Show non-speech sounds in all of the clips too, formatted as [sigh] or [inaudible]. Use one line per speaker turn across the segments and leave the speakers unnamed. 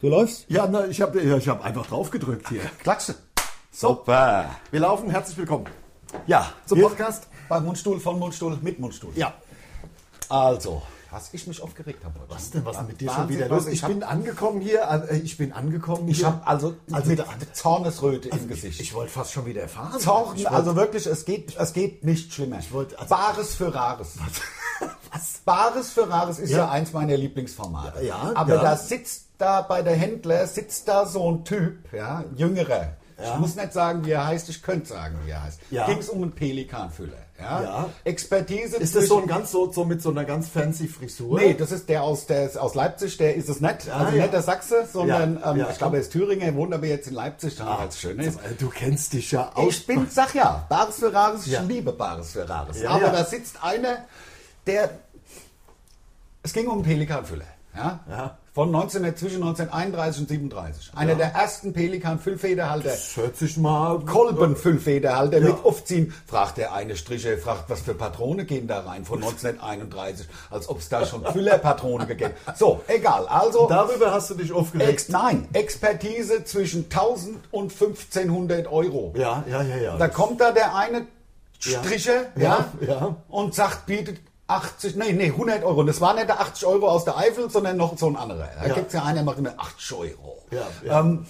So läuft's?
Ja, na, ich habe ich hab einfach
[laughs]
draufgedrückt hier.
Klatsche.
So,
Super.
wir laufen. Herzlich willkommen
Ja,
zum
wir-
Podcast.
Bei Mundstuhl, von Mundstuhl, mit Mundstuhl.
Ja.
Also, was ich mich aufgeregt habe heute.
Was denn, was ist mit dir schon
Wahnsinn,
wieder los?
Wahnsinn.
Ich
Ich hab-
bin angekommen hier. an- äh, Ich bin angekommen
Ich
hier.
habe also,
Also
mit
da-
Zornesröte im
also Ich,
Gesicht.
ich wollte fast schon wieder fahren.
Zorn,
Ich wollt-
also wirklich, es geht, es geht nicht schlimmer.
Ich wollte- also-
Bares für
[laughs]
Rares. Was? Bares für Rares ist ja,
Ja.
eins meiner Lieblingsformate.
Ja, ja,
Aber
ja.
da sitzt da bei der Händler, sitzt da so ein Typ, ja, jüngerer. Ich muss nicht sagen, wie er heißt, ich könnte sagen, wie er heißt.
Ja.
Ging es um einen Pelikanfüller. Ja?
Ja.
Expertise.
ist das so
zwischen-
ein ganz so, so mit so einer ganz fancy Frisur?
Nee, das ist der aus, der ist aus Leipzig, der ist es nicht. Also
Ah,
nicht
ja.
der Sachse, sondern
Ja,
ähm,
ja.
ich glaube, er ist Thüringer, wohnt aber jetzt in Leipzig. Da ah, schön ist.
Äh, Du kennst dich ja aus.
Ich bin, [laughs] sag ja, Bares für Rares, ich
Ja.
liebe Bares für Rares.
Ja,
Aber
ja.
da sitzt einer, der. Es ging um einen Pelikanfüller. Ja?
Ja.
Von 19, zwischen 1931 und 37. Einer
Ja.
der ersten Pelikan-Füllfederhalter.
Das hört sich mal
Kolbenfüllfederhalter
Ja.
mit aufziehen, fragt der eine Striche, fragt, was für Patrone gehen da rein von 1931, als ob es da schon Füllerpatrone gegeben So, egal. Also,
Darüber hast du dich
Ex
aufgeregt.
nein, Expertise zwischen 1000 und 1500 Euro.
Ja, ja, ja, ja.
Da kommt da der eine Striche, ja,
Ja, ja.
und sagt, bietet 80, nee, nee, 100 Euro. Und das war nicht der 80 Euro aus der Eifel, sondern noch so ein anderer. Da
Ja.
gibt's ja einen, der macht immer 80 Euro.
Ja, ja.
Ähm,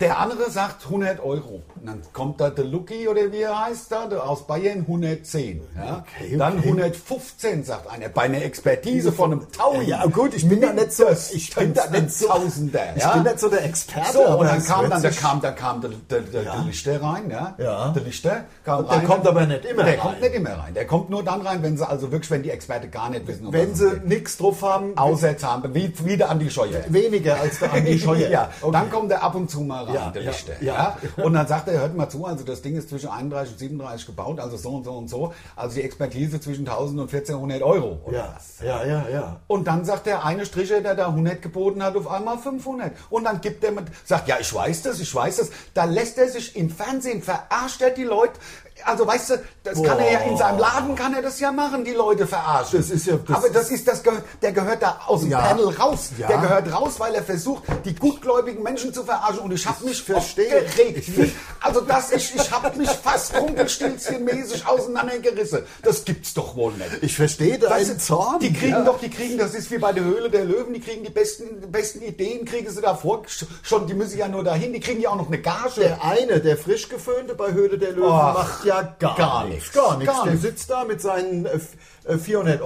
der andere sagt 100 Euro. Und dann kommt da der Lucky oder wie er heißt da, der aus Bayern 110. Ja?
Okay, okay.
Dann 115 sagt einer. Bei einer Expertise von einem Taui.
Ja, gut, ich bin da nicht so. Ich bin da
Töpfchen
nicht so.
Tausender,
Ich
ja?
bin nicht so der Experte.
So,
aber
und dann
es
kam
hört
dann, der
sich-
kam, dann kam der, der, der,
Ja.
der Lichter rein, ja?
Ja.
Der Lichter kam
Und der kommt aber nicht immer
der
rein.
kommt nicht immer rein. Der kommt nur dann rein, wenn sie, also wirklich, wenn die Experte gar nicht wissen, um
Wenn
was
sie
es geht.
nichts drauf haben,
Außer Zahnbein, wie, wie der Andi Scheuer.
weniger als der [laughs] Andi Scheuer.
ja,
Okay.
dann kommt er ab und zu mal rein,
Ja,
der
ja,
Lichter. Ja,
ja.
Und dann sagt er, hört mal zu, also das Ding ist zwischen 31 und 37 gebaut, also so und so und so. Also die Expertise zwischen 1000 und 1400 Euro. Oder
Ja,
was?
ja, ja, ja.
Und dann sagt der eine Stricher, der da 100 geboten hat, auf einmal 500. Und dann gibt er mit, sagt, ja, ich weiß das, ich weiß das. Da lässt er sich im Fernsehen verarscht er die Leute. Also weißt du, das kann er ja in seinem Laden kann er das ja machen, die Leute verarschen.
Das ist ja- das
Aber das ist das gehört, der gehört da aus dem
Ja.
Panel raus.
Ja.
Der gehört raus, weil er versucht, die gutgläubigen Menschen zu verarschen. Und ich habe mich
verstehe.
aufgeregt. Also das ich, ich habe mich fast rumpelstilzchenmäßig auseinandergerissen. Das gibt's doch wohl nicht.
Ich verstehe deinen
Weißt du,
Zorn.
Die kriegen
ja.
doch, die kriegen, das ist wie bei der Höhle der Löwen, die kriegen die besten, die besten Ideen, kriegen sie davor sch- schon, die müssen ja nur dahin, die kriegen ja auch noch eine Gage.
Der eine, der frisch geföhnte bei Höhle der Löwen,
Ach,
macht ja gar,
gar
nichts.
nichts.
Gar nichts.
Gar
Der
nichts.
sitzt da mit seinen äh, f- äh,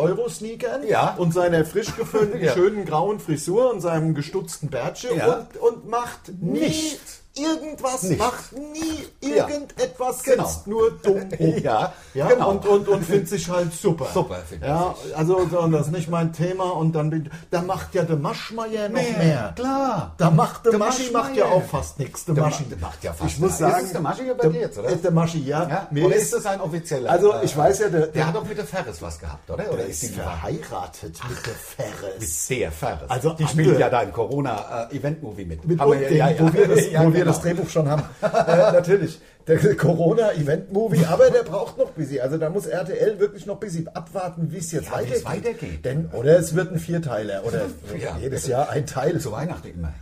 400-Euro-Sneakern
Ja.
und seiner frisch
[laughs]
geföhnten,
Ja.
schönen grauen Frisur und seinem gestutzten Bärtchen
Ja.
und, und macht nie
Nichts.
irgendwas,
Nichts.
macht nie
Ja.
irgendetwas,
Genau.
sitzt nur
[laughs]
dumm rum.
[laughs] Ja,
ja
genau.
Und, und, und findet sich halt super.
Super findet
ja, also so, und das ist nicht mein Thema und dann bin- da macht ja der Maschmeier noch mehr.
Klar.
Da macht der,
Der
Maschi
Maschmeier.
macht ja auch fast nichts. Der,
Der
Maschi
Ma- der macht ja fast
Ich muss
nichts.
sagen,
Ist es der Maschi hier bei dir jetzt, oder?
Ist der Maschi, ja.
Ja?
Mir
oder
ist,
ist das ein offizieller? äh,
Also, ich weiß ja, der-
der hat doch mit der Ferris was gehabt, oder? Oder
der ist verheiratet mit der Ferris.
Sehr Ferris.
Also
die
andere-
spielt ja da im Corona-Event-Movie mit.
Mit
Aber
dem,
ja, ja, ja.
wo wir
[laughs]
das,
Ja,
wo wir
genau.
das Drehbuch schon haben. äh, natürlich. Der Corona-Event-Movie, aber der braucht noch busy. Also da muss RTL wirklich noch busy abwarten, wie es
Ja,
jetzt
wie
weitergeht.
es weitergeht.
Denn, oder es wird ein Vierteiler oder
[laughs] Ja.
[laughs] jedes Jahr ein Teil.
Zu Weihnachten immer.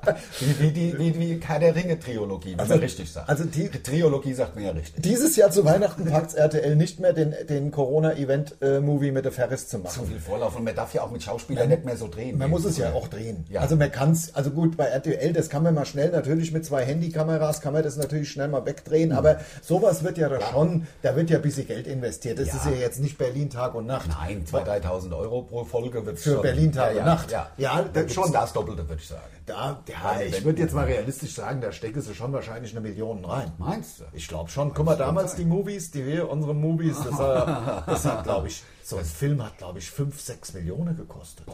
[laughs] wie, wie, die, wie die Herr der Ringe-Triologie, wie
Also-
man richtig sagt.
also die-
Triologie sagt mir ja richtig.
Dieses Jahr zu Weihnachten packt RTL nicht mehr, den, den Corona-Event-Movie mit der Ferris zu machen.
Zu viel Vorlauf und man darf ja auch mit Schauspielern nicht mehr so drehen.
ne? Man muss es ja auch drehen.
Ja.
Also man kann es, also gut, bei RTL, das kann man mal schnell, natürlich mit zwei Handykameras kann man das natürlich schnell mal wegdrehen,
Mhm.
aber sowas wird ja da schon, da wird ja ein bisschen Geld investiert. Das
Ja.
ist ja jetzt nicht Berlin Tag und Nacht.
Nein, 2.000, 3.000 Euro pro Folge wird
Für Berlin
ja,
Tag und
ja,
Nacht.
Ja,
Ja,
dann
gibt's
schon das Doppelte, würde ich sagen.
Da, ja, ich würde jetzt mal realistisch sagen, da stecken sie schon wahrscheinlich eine Million rein.
Meinst du?
Ich glaube schon. Guck mal, damals die Movies, die wir, unsere Movies, das,
[laughs]
hat- das hat, glaube ich, so ein Film hat, glaube ich, 5, 6 Millionen gekostet.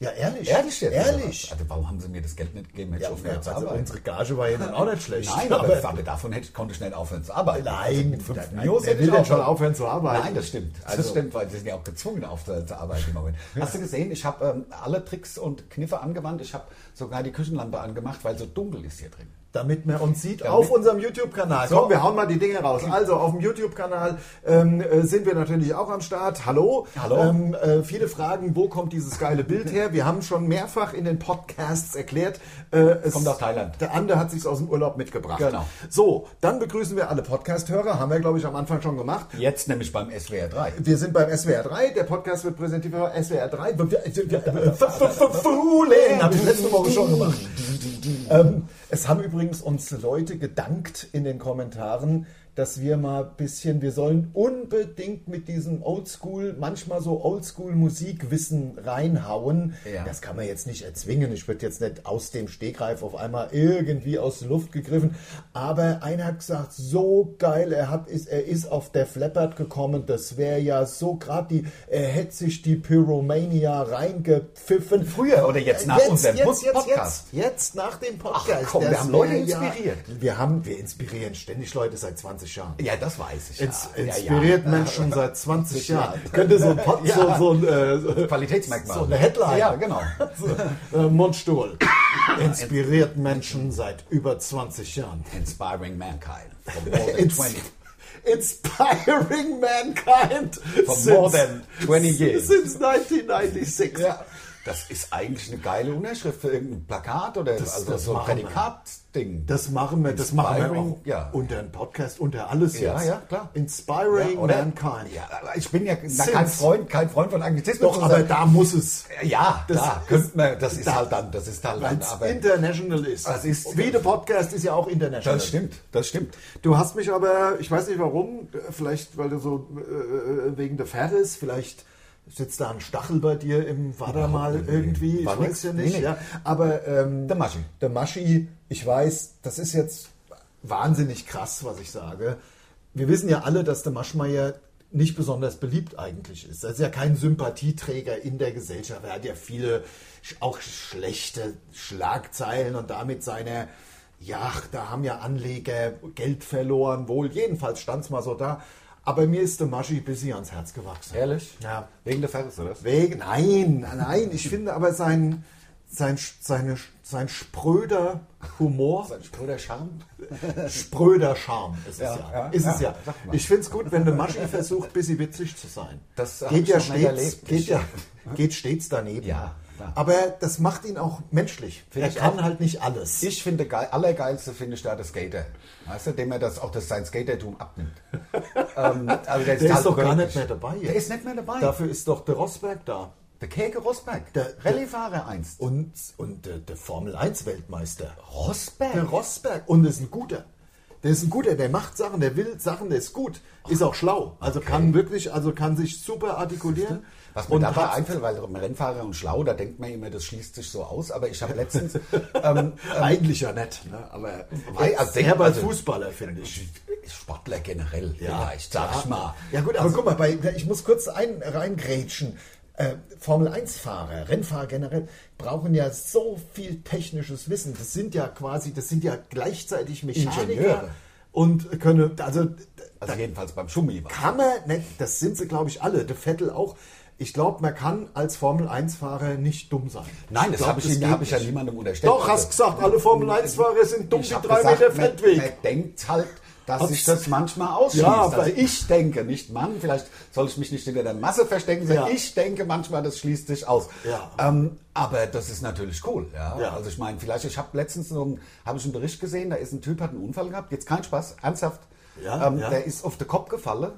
Ja, ehrlich.
Ehrlich jetzt? oder
Ehrlich.
was? Also warum haben sie mir das Geld nicht gegeben? Hätte
Ja,
ich aufgehört zu
also
arbeiten.
unsere Gage war ja nun auch
[laughs]
nicht schlecht.
Nein, aber, aber davon hätte, konnte ich nicht aufhören zu arbeiten. Also
nein,
mit fünf
nein,
News
wer
hätte
will
ich
denn
aufhören.
schon aufhören zu arbeiten?
Nein, das stimmt. Das stimmt, weil sie sind ja auch gezwungen aufzuarbeiten im
[laughs]
Moment. Hast du gesehen, ich habe ähm, alle Tricks und Kniffe angewandt. Ich habe sogar die Küchenlampe angemacht, weil so dunkel ist hier drin.
damit man uns sieht auf unserem YouTube-Kanal. Komm, wir hauen mal die Dinge raus. Also auf dem YouTube-Kanal ähm, äh, sind wir natürlich auch am Start. Hallo.
Hallo.
Ähm, äh, viele fragen, wo kommt dieses geile Bild her? Wir haben schon mehrfach in den Podcasts erklärt. Äh, es
Kommt aus Thailand.
Der Ander hat sich aus dem Urlaub mitgebracht.
Genau.
So, dann begrüßen wir alle Podcast-Hörer. Haben wir, glaube ich, am Anfang schon gemacht.
Jetzt nämlich beim SWR 3.
Wir sind beim SWR 3. Der Podcast wird präsentiert von SWR 3. Fooling! Habe ich letzte Woche schon gemacht. Ähm, es haben übrigens uns Leute gedankt in den Kommentaren, dass wir mal ein bisschen, wir sollen unbedingt mit diesem Oldschool, manchmal so Oldschool-Musikwissen reinhauen.
Ja.
Das kann man jetzt nicht erzwingen. Ich würde jetzt nicht aus dem Stegreif auf einmal irgendwie aus der Luft gegriffen. Aber einer hat gesagt, so geil, er, hat, ist, er ist auf der Flappert gekommen. Das wäre ja so gerade die, er hätte sich die Pyromania reingepfiffen. Äh,
Früher oder jetzt nach unserem Podcast?
Jetzt, jetzt nach dem Podcast.
Ach komm, wir
Das
haben Leute
wär ja-
inspiriert.
wir haben, wir inspirieren ständig Leute seit 20 Jahren.
Ja, das weiß ich.
Ins,
ja.
inspiriert Menschen
[laughs]
seit 20 Jahren. Könnte so ein, Pod, so, so ein äh, so-
Qualitätsmerkmal.
So eine Headline.
Ja, genau.
so, äh, Mundstuhl. Inspiriert Menschen seit über 20 Jahren.
[laughs] Inspiring Mankind. From more than
Ins-
20.
Inspiring mankind
For more than 20 years.
Since 1996.
Ja. Das ist eigentlich eine geile Unterschrift für irgendein Plakat oder also
das
so ein
machen wir.
Prädikatding.
Das machen wir, das machen wir
Inspiring,
auch
ja.
unter einen Podcast, unter alles
Ja,
jetzt.
ja, klar.
Inspiring
oder?
Mankind.
Ja, aber ich bin ja na,
Sims.
kein Freund, kein Freund von Anglizismus.
Doch, aber da muss es.
ja,
das
da
ist-
könnte man, das ist
da-
halt dann, das ist halt
Weil
dann,
es
aber
international ist.
Das ist-
Wie der Podcast ist ja auch international.
das stimmt, das stimmt.
Du hast mich aber, ich weiß nicht warum, äh, vielleicht weil du so äh, wegen der Ferris, vielleicht sitzt da ein Stachel bei dir im Wadermal
Überhaupt nicht.
irgendwie,
War
ich weiß
nix.
ja nicht.
Nee, nee.
Ja. Aber ähm,
Der Maschi.
der Maschi, ich weiß, das ist jetzt wahnsinnig krass, was ich sage. Wir wissen ja alle, dass der Maschmeyer nicht besonders beliebt eigentlich ist. Er ist ja kein Sympathieträger in der Gesellschaft. Er hat ja viele sch- auch schlechte Schlagzeilen und damit seine, ja, da haben ja Anleger Geld verloren, wohl. Jedenfalls stand es mal so da. Aber mir ist der Maschi bis sie ans Herz gewachsen.
Ehrlich?
Ja.
Wegen der Ferris, oder? was?
Wegen, nein, nein, ich finde aber sein, sein, seine, sein spröder Humor,
Sein spröder Charme.
spröder Charme ist es ja.
Ja, ja,
ist es
ja,
ja.
sag mal.
Ich finde es gut, wenn der Maschi versucht, ein bisschen witzig zu sein.
Das hab
geht
ich
ja
noch nie
stets,
erlebt.
geht
Ich-
ja, geht stets daneben.
Ja, klar.
Aber das macht ihn auch menschlich.
Find
er
ich
kann
auch.
halt nicht alles.
Ich finde, geil, allergeilste finde ich da der Skater. Weißt du, dem er das, auch das sein Skatertum abnimmt.
[laughs]
ähm, also
Der ist
halt
doch gar
wirklich-
nicht mehr dabei jetzt.
Der ist nicht mehr dabei.
Dafür ist doch der Rosberg da.
der Keke Rosberg,
Der- der-
Rallye-Fahrer einst.
Und, und äh, der, der Formel 1 Weltmeister.
Rosberg?
Der Rosberg. Und ist ein guter. Der ist ein guter, der macht Sachen, der will Sachen, der ist gut, ist auch schlau. Also kann wirklich, also kann sich super artikulieren.
Was mir dabei
hat-
einfällt, weil Rennfahrer und schlau, da denkt man immer, das schließt sich so aus. Aber ich habe
[laughs]
letztens, ähm,
eigentlich ja nett, ne? aber
Weil- also denk-
eher bei
also-
Fußballer, finde ich.
Sportler generell vielleicht, sag ich mal. Also
Ja gut, aber guck mal, bei, ich muss kurz ein, reingrätschen. Äh, Formel-1-Fahrer, Rennfahrer generell, brauchen ja so viel technisches Wissen. Das sind ja quasi, das sind ja gleichzeitig Mechaniker
Ingenieure.
und können, also
Also jedenfalls beim Schumi war.
kann man nicht, das sind sie, glaube ich, alle, der Vettel auch. Ich glaube, man kann als Formel-1-Fahrer nicht dumm sein.
Nein, das
glaub,
habe ich, Ihnen-
geht
hab ich ja
nicht.
niemandem unterstellt.
Doch, hast gesagt, alle Formel-1-Fahrer sind dumm, die
ich hab
drei
gesagt,
Meter
man-
Feldweg.
Man denkt halt, dass
Hab's-
sich das manchmal ausschließt.
Ja, aber-
also ich denke, nicht Mann, vielleicht soll ich mich nicht hinter der Masse verstecken, sondern
Ja.
ich denke manchmal, das schließt sich aus.
Ja.
Ähm, aber das ist natürlich cool. Ja?
Ja.
Also ich meine, vielleicht, ich habe letztens so einen, hab ich einen Bericht gesehen, da ist ein Typ, hat einen Unfall gehabt, jetzt kein Spaß, ernsthaft.
Ja,
ähm,
ja.
Der ist auf den Kopf gefallen,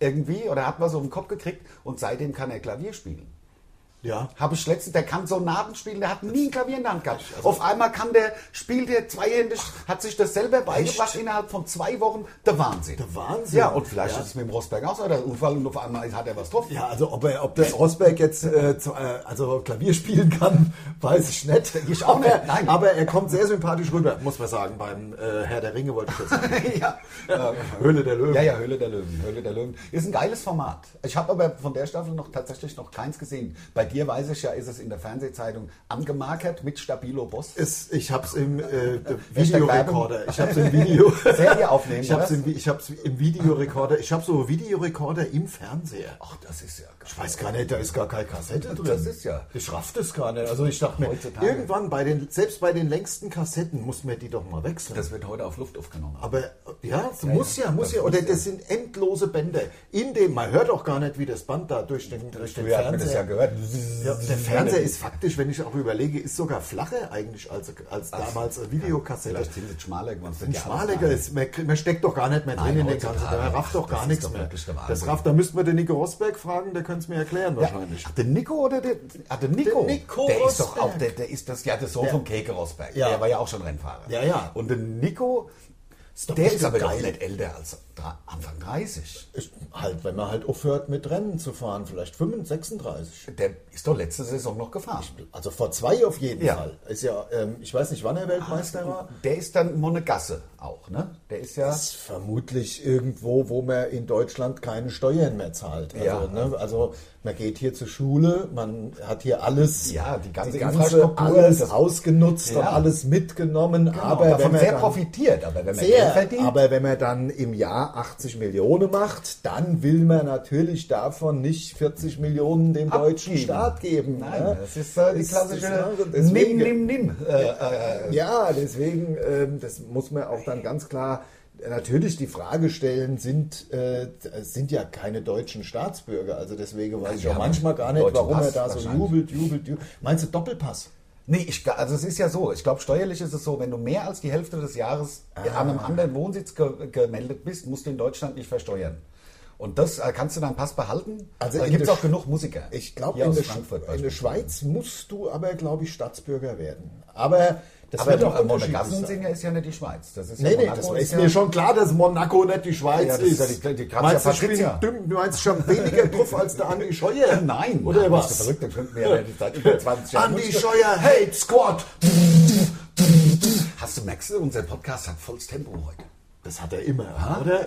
irgendwie, oder hat was auf den Kopf gekriegt und seitdem kann er Klavier spielen.
Ja.
Habe ich letztens, der kann so Narben spielen, der hat nie ein Klavier in der Hand gehabt.
Also
Auf einmal kann der, spielt der zweihändig, hat sich das selber beigebracht innerhalb von zwei Wochen. Der Wahnsinn.
Der Wahnsinn.
Ja, und vielleicht
Ja.
ist es mit dem Rosberg auch so, der Unfall und auf einmal hat er was drauf.
Ja, also ob, er, ob der Rosberg jetzt äh, zu, äh, also Klavier spielen kann, [laughs] weiß ich nicht.
Ich auch nicht,
Aber-
nein.
Aber er kommt sehr sympathisch rüber, muss man sagen, beim äh, Herr der Ringe wollte ich
[laughs]
jetzt sagen.
[laughs] ja. Ähm,
Höhle der Löwen.
ja, ja, Höhle der Löwen, Höhle der Löwen. Ist ein geiles Format. Ich habe aber von der Staffel noch tatsächlich noch keins gesehen. Bei dir weiß ich ja, ist es in der Fernsehzeitung angemarkert mit Stabilo Boss.
Ist, ich hab's im äh,
Hashtag Werbung.
Videorekorder. Ich hab's im Video.
[laughs] Serie aufnehmen,
Ich hab's,
oder?
im, Vi- ich hab's im Videorekorder. Ich hab so Videorekorder im Fernseher.
Ach, das ist ja geil.
Ich weiß gar nicht, da ist gar keine Kassette drin.
Das ist ja-
Ich raff das gar nicht. Also ich dachte mir,
Heutzutage.
irgendwann bei den, selbst bei den längsten Kassetten muss man die doch mal wechseln.
Das wird heute auf Luft aufgenommen.
aber äh, ja, es muss ja, muss ja. Oder das sind endlose Bänder. In dem, man hört auch gar nicht, wie das Band da durch den, durch den
Früher hat man das ja
Fernseher.
gehört.
Ja, der Fernseher ist faktisch, wenn ich auch überlege, ist sogar flacher eigentlich als, als damals eine Videokassette.
Vielleicht sind sie schmaler geworden.
Ein Schmaliger ist, man, kriegt- man steckt doch gar nicht mehr
Nein,
drin in den
heutzutage
ganzen, da rafft doch
nicht. Das
gar
ist
nichts
doch
mehr.
wirklich der Wahnsinn.
Das rafft, da müssten wir den Nico Rosberg fragen, der könnte es mir erklären wahrscheinlich.
Ach, der Nico oder der, ah, der Nico?
Der Nico
der ist doch
Rosberg.
auch, der, der ist das, ja, der Sohn vom Keke Rosberg.
Ja.
Der war ja auch schon Rennfahrer.
Ja, ja.
Und der Nico,
doch
der ist
bestimmt
aber doch
geil.
nicht älter als dra- Anfang 30.
Ich, halt, wenn man halt aufhört mit Rennen zu fahren, vielleicht 35, 36.
Der ist doch letzte Saison noch gefahren.
Also vor zwei auf jeden
Ja. Ah,
Fall. Ist ja, ähm, ich weiß nicht, wann er Weltmeister war.
Der ist dann Monegasse auch, ne? Der ist ja.
ist vermutlich irgendwo, wo man in Deutschland keine Steuern mehr zahlt. Also,
Ja.
ne, also man geht hier zur Schule, man hat hier alles,
Ja, die ganze Infrastruktur,
alles
das-
ausgenutzt und
Ja.
alles mitgenommen.
aber
aber wenn
davon
man
sehr
dann,
profitiert, aber wenn man
sehr,
Geld verdient.
aber wenn man dann im Jahr 80 Millionen macht, dann will man natürlich davon nicht 40 Millionen dem deutschen
Abgeben.
Staat geben.
Nein,
ne?
das ist äh, die
Ist-
klassische
ist-
Nimm,
deswegen-
nimm, nimm. Äh, äh,
ja, deswegen, ähm, das muss man auch dann ganz klar äh, natürlich die Frage stellen, sind, äh, es sind ja keine deutschen Staatsbürger. Also deswegen weiß ich
die
auch
haben
manchmal gar nicht,
deutschen
warum
Pass
er da so
wahrscheinlich.
jubelt, jubelt, jubelt. Meinst du Doppelpass?
Nee, ich, also es ist ja so, ich glaube, steuerlich ist es so, wenn du mehr als die Hälfte des Jahres
Ah.
an einem anderen Wohnsitz ge gemeldet bist, musst du in Deutschland nicht versteuern. Und das äh, kannst du deinen Pass behalten.
Also
da
in
gibt es
der
auch genug Musiker.
Ich glaube,
Hier
in,
aus
der
Frankfurt
Sch- in der
beispielsweise.
Schweiz musst du aber, glaube ich, Staatsbürger werden. Aber das
Aber
wird
die
auch
äh,
unterschiedlich
Monegassen
sein.
sind ja, ist ja nicht die Schweiz. Das ist ja
Nee, nee,
Monaco
das
ist
ist
ja-
mir schon klar, dass Monaco nicht die Schweiz
Ja, das
ist.
ist ja die- die Grazia
meinst, du, ich bin
Patricia.
dumm, du meinst schon weniger drauf als der Andi Scheuer?
Nein,
Oder
nein,
was?
bist du verrückt, dann könnten wir ja nicht seit über 20 Jahren.
Andi Scheuer Hate Squad.
Hast du merkst, du, unser Podcast hat volles Tempo heute.
Das hat er immer, oder?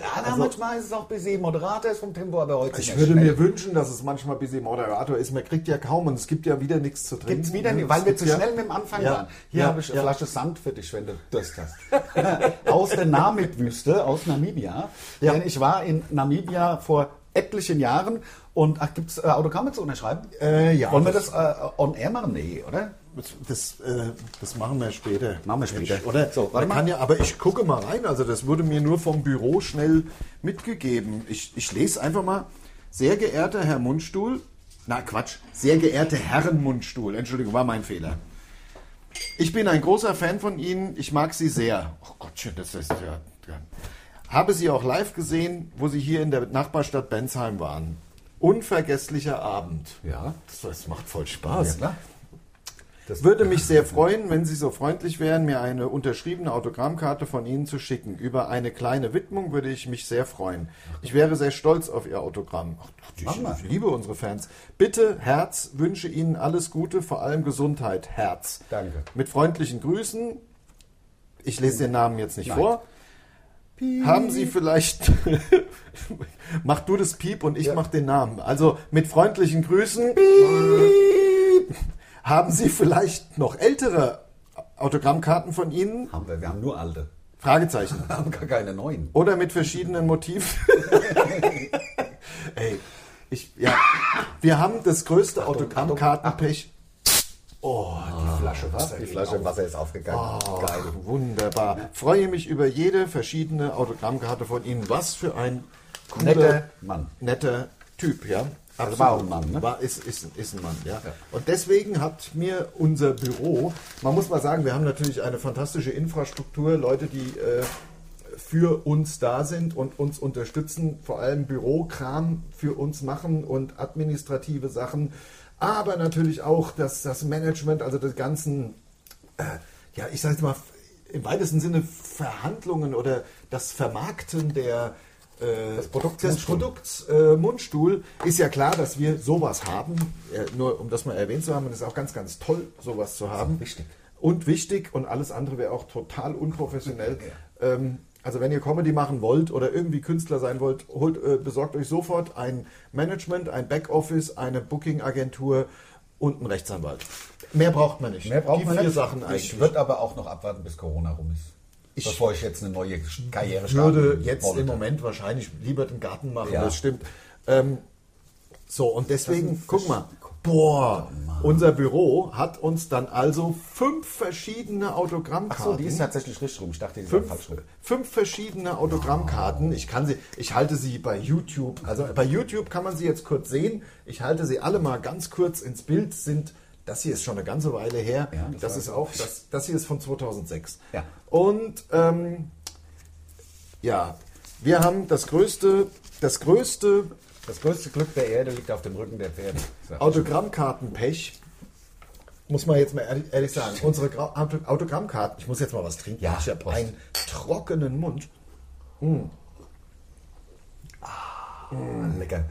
Ja, na,
Also,
manchmal ist es auch ein bisschen moderater ist vom Tempo, aber heute
ich
sind wir
würde
schnell.
mir wünschen, dass es manchmal ein bisschen Moderator ist. Man kriegt ja kaum und es gibt ja wieder nichts zu trinken.
Gibt's wieder
ne?
nicht,
Es
weil wir
gibt
zu
ja-
schnell mit dem Anfang
Ja,
waren. Hier
ja,
habe ich eine
ja.
Flasche Sand für dich, wenn du Durst hast. [laughs] aus der Namib-Wüste, aus Namibia.
Ja.
Denn ich war in Namibia vor etlichen Jahren und ach, gibt's äh, Autogramme zu unterschreiben?
Äh, ja,
Wollen wir das,
das-
äh, on air machen? Nee, oder?
Das, äh, das machen wir später.
Machen wir später.
Ich, oder?
So,
So,
warte
man kann
mal.
ja, aber ich gucke mal rein. Also das wurde mir nur vom Büro schnell mitgegeben. Ich, ich lese einfach mal. Sehr geehrter Herr Mundstuhl. Na Quatsch. Sehr geehrte Herren Mundstuhl. Entschuldigung, war mein Fehler. Ich bin ein großer Fan von Ihnen. Ich mag Sie sehr. Oh Gottchen, das ist ja. ja. Habe Sie auch live gesehen, wo Sie hier in der Nachbarstadt Bensheim waren. Unvergesslicher Abend.
Ja.
Das, das macht voll Spaß. ne?
Ja, klar.
Es würde mich sehr freuen, wenn Sie so freundlich wären, mir eine unterschriebene Autogrammkarte von Ihnen zu schicken. Über eine kleine Widmung würde ich mich sehr freuen. Ich wäre sehr stolz auf Ihr Autogramm. Ach, die-
Mach mal.
ich liebe unsere Fans. Bitte, Herz, wünsche Ihnen alles Gute, vor allem Gesundheit, Herz.
Danke.
Mit freundlichen Grüßen. Ich lese den Namen jetzt nicht
Nein.
vor. Haben Sie vielleicht. [laughs] mach du das Piep und ich mach den Namen. Also mit freundlichen Grüßen. Haben Sie vielleicht noch ältere Autogrammkarten von Ihnen?
Haben wir, wir haben nur alte.
Fragezeichen.
Wir haben gar keine
[laughs]
neuen.
Oder mit verschiedenen Motiven. [laughs] Ey, ich, ja, wir haben das größte Autogrammkartenpech.
Oh, die Flasche Wasser. Die
geht
Flasche Wasser ist aufgegangen.
Ah.
Geil.
Oh, Wunderbar. Freue mich über jede verschiedene Autogrammkarte von Ihnen. Was für ein cooler,
Netter Mann.
netter Typ, ja.
Also war auch ein Mann, ne?
War, ist, ist, ist ein Mann, ja.
Ja.
Und deswegen hat mir unser Büro, man muss mal sagen, wir haben natürlich eine fantastische Infrastruktur, Leute, die äh, für uns da sind und uns unterstützen, vor allem Bürokram für uns machen und administrative Sachen, aber natürlich auch das, das Management, also das ganzen ja, ich sage mal, im weitesten Sinne Verhandlungen oder das Vermarkten der, äh,
Das Produkt
des
Mundstuhl.
Produkts äh, Mundstuhl ist ja klar, dass wir sowas haben. Äh, nur um das mal erwähnt zu haben, und es ist auch ganz, ganz toll, sowas zu haben.
Wichtig.
Und wichtig und alles andere wäre auch total unprofessionell. Ähm, also wenn ihr Comedy machen wollt oder irgendwie Künstler sein wollt, holt, äh, besorgt euch sofort ein Management, ein Backoffice, eine Booking-Agentur
und einen Rechtsanwalt.
Mehr braucht man nicht.
Mehr braucht
Die
man
vier
nicht.
Sachen
Ich
eigentlich.
würde aber auch noch abwarten, bis Corona rum ist. bevor ich jetzt eine neue Karriere
Ich würde jetzt im Moment wahrscheinlich lieber den Garten machen,
Ja.
das stimmt. Ähm, so, und deswegen, guck mal, boah, unser Büro hat uns dann also fünf verschiedene Autogrammkarten.
Achso, die ist tatsächlich richtig rum. Ich dachte, die ist falsch
fünf,
rum.
fünf verschiedene Autogrammkarten. Ich kann sie, ich halte sie bei YouTube. Also bei YouTube kann man sie jetzt kurz sehen. Ich halte sie alle mal ganz kurz ins Bild. Sind das hier ist schon eine ganze Weile her. das
war-
ist auch das, das hier ist von 2006.
Ja.
Und ähm, ja, wir haben das größte, das größte
Das größte Glück der Erde liegt auf dem Rücken der Pferde. sagt man.
Autogrammkartenpech. Muss man jetzt mal ehrlich, ehrlich sagen. Unsere Gra- Auto- Autogrammkarten. Ich muss jetzt mal was trinken.
Ja,
ich habe
Prost.
einen trockenen Mund.
Ah, Lecker.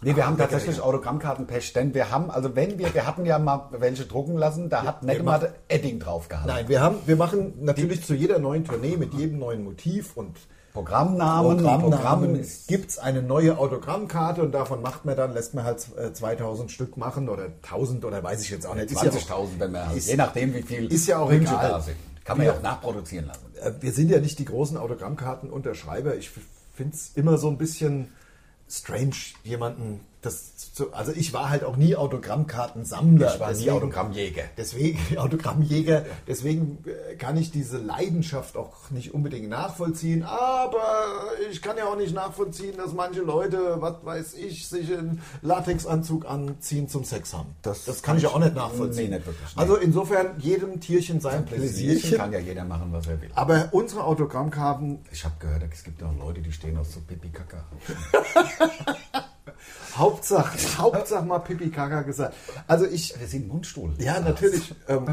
Nee, wir haben tatsächlich Autogrammkartenpech, denn wir haben, also wenn wir, wir hatten ja mal welche drucken lassen, da hat
wir
Nettemate Edding drauf gehabt.
Nein, wir, haben, wir machen natürlich zu jeder neuen Tournee mit jedem neuen Motiv und
Programmnamen,
Programmnamen
Programm-
gibt es eine neue Autogrammkarte und davon macht man dann, lässt man halt äh, 2000 Stück machen oder 1000 oder weiß ich jetzt auch nicht. Ist ja
20.000,
auch-
wenn wir,
ist-
je nachdem wie viel
ist ja auch
Wünsche
egal.
da sind. Kann man ja
Ja.
auch nachproduzieren lassen.
Äh, wir sind ja nicht die großen Autogrammkartenunterschreiber. Ich finde es immer so ein bisschen strange, jemanden das zu. Also ich war halt auch nie Autogrammkartensammler.
Ich war nie
deswegen-
Autogrammjäger.
Deswegen [laughs] Autogrammjäger. Deswegen äh, kann ich diese Leidenschaft auch nicht unbedingt nachvollziehen. Aber ich kann ja auch nicht nachvollziehen, dass manche Leute, was weiß ich, sich einen Latexanzug anziehen zum Sex haben.
Das
kann ich ja auch nicht nachvollziehen.
Nee, nicht wirklich, nee.
Also insofern jedem Tierchen sein
Pläsierchen
Pläsierchen.
kann ja jeder machen, was er will.
Aber unsere Autogrammkarten
Ich habe gehört, es gibt auch Leute, die stehen aus so pipi kaka
Hauptsache, Hauptsache mal Pipi Kaka gesagt. Also ich,
Wir sind im Mundstuhl.
ja natürlich, ähm,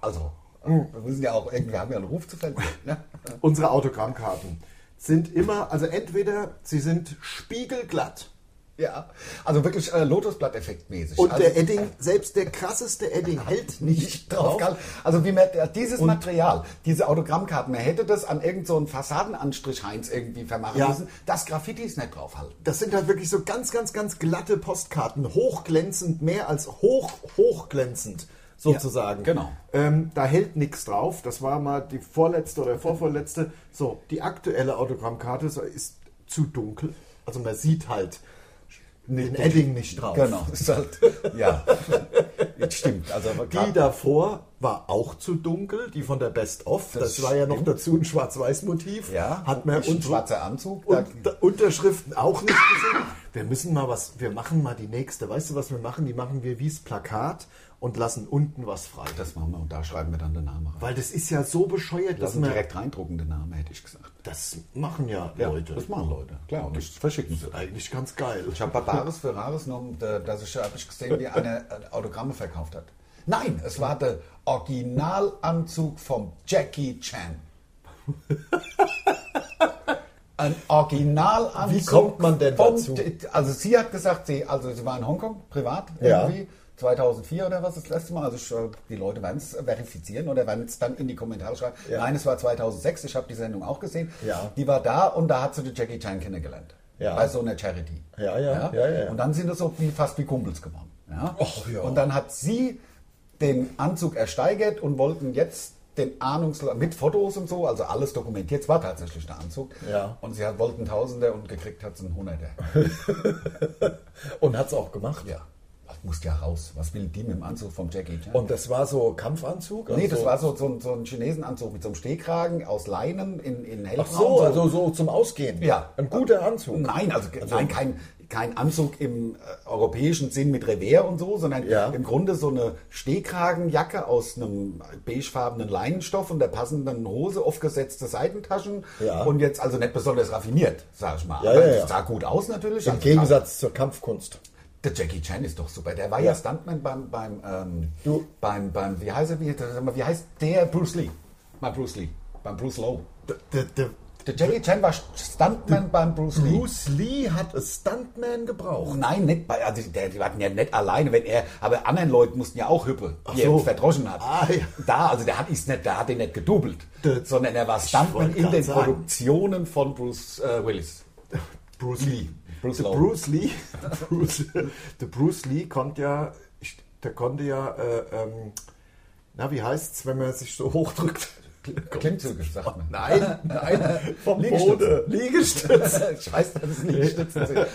Also, wir müssen ja auch irgendwie, wir haben ja einen Ruf zu verlieren. Ne?
unsere Autogrammkarten sind immer, also entweder sie sind spiegelglatt
[laughs] Ja, also wirklich äh, Lotusblatt-Effekt mäßig.
und
also,
der Edding, selbst der krasseste Edding hält
[laughs]
nicht drauf.
Gell? Also wie man ja, dieses Material, diese Autogrammkarten, man hätte das an irgendeinen so einen Fassadenanstrich Heinz irgendwie vermachen
Ja.
müssen, dass Graffitis nicht draufhalten.
Das sind halt wirklich so ganz, ganz, ganz glatte Postkarten, hochglänzend, mehr als hoch, hochglänzend sozusagen.
Ja, genau.
Ähm, da hält nichts drauf. Das war mal die vorletzte oder vorvorletzte. So, die aktuelle Autogrammkarte so, ist zu dunkel. Also man sieht halt den Edding nicht drauf.
Ist halt, [laughs] ja, das stimmt. Also
Die
grad-
davor war auch zu dunkel, die von der Best Of. Das,
Das
war ja noch dazu ein Schwarz-Weiß-Motiv.
Ja,
hat man
ist ein
unsere-
schwarzer Anzug.
Und da- Unterschriften auch nicht gesehen. Wir müssen mal was, wir machen mal die nächste. Weißt du, was wir machen? Die machen wir wie's Plakat und lassen unten was frei.
das machen wir und da schreiben wir dann den Namen rein.
Weil das ist ja so bescheuert, dass
Lassen
man.
direkt reindrucken den Namen, hätte ich gesagt.
Das machen ja,
Ja,
Leute.
Das machen Leute, klar. Und das verschicken sie.
Eigentlich ganz geil.
Ich habe Barbares für Rares genommen, da- dass ich, hab ich gesehen, wie eine Autogramme verkauft hat. Nein, es war der Originalanzug vom Jackie
[laughs]
Chan. Ein Originalanzug.
Wie kommt man denn
vom-
dazu?
Also sie hat gesagt, sie, also sie war in Hongkong, privat,
Ja.
irgendwie, 2004 oder was, das letzte Mal. Also ich, äh, die Leute werden es verifizieren oder werden es dann in die Kommentare schreiben.
Ja.
Nein, es war 2006, ich habe die Sendung auch gesehen.
Ja.
Die war da und da hat sie den Jackie Chan kennengelernt.
Ja.
Bei so einer Charity.
Ja, ja, ja, ja, ja.
Und dann sind es so wie, fast wie Kumpels geworden. Ja?
Och, ja.
Und dann hat sie den Anzug ersteigert und wollten jetzt den ahnungslos mit Fotos und so, also alles dokumentiert. Es war tatsächlich der Anzug.
Ja.
Und sie hat, wollten Tausender und gekriegt hat sie einen Hunderter.
Und hat's auch gemacht.
ja. Das musste ja raus. Was will die mit dem Anzug vom Jackie Chan?
Und das war so Kampfanzug?
Nee, das
Also-
war so, so, ein- so ein Chinesenanzug mit so einem Stehkragen aus Leinen in, in hellbraun.
Ach so, also so zum Ausgehen.
Ja.
Ein guter Anzug.
Nein, also, nein, kein, kein Anzug im äh, europäischen Sinn mit Revers und so, sondern
Ja.
im Grunde so eine Stehkragenjacke aus einem beigefarbenen Leinenstoff und der passenden Hose, aufgesetzte Seitentaschen
Ja.
und jetzt also nicht besonders raffiniert, sag ich mal.
Ja,
Aber
ja, ja.
es sah gut aus natürlich.
Im
Also,
Gegensatz zur Kampfkunst.
der Jackie Chan ist doch super. Der war ja, Stuntman beim, beim, ähm,
Du-
beim, beim, wie heißt er, wie, sag mal, wie heißt der Bruce Lee? Bei Bruce Lee, beim Bruce Lowe. Der Jackie Chan war Stuntman beim Bruce Lee.
Bruce Lee hat einen Stuntman gebraucht.
Nein, nicht bei, also der, die waren ja nicht alleine, wenn er, aber anderen Leute mussten ja auch hüppe, die
so.
er verdroschen hat.
Ah, ja.
Da, also der hat ist nicht, der hat ihn nicht gedoubelt,
Das-
sondern er war Stuntman
wollte
in
grad
den
sagen.
Produktionen von Bruce äh, Willis.
Bruce Lee.
Bruce
der
Lowe.
[laughs] Bruce Lee, Bruce, der Bruce Lee kommt ja, ich, der konnte ja, äh, ähm, na, wie heißt's, wenn man sich so [laughs] hochdrückt?
Klimmzüge, sagt man.
Oh, Nein,
[laughs]
nein, vom
Liegestütze.
Boden. Liegestütze.
Ich weiß, dass es nicht stützen sind.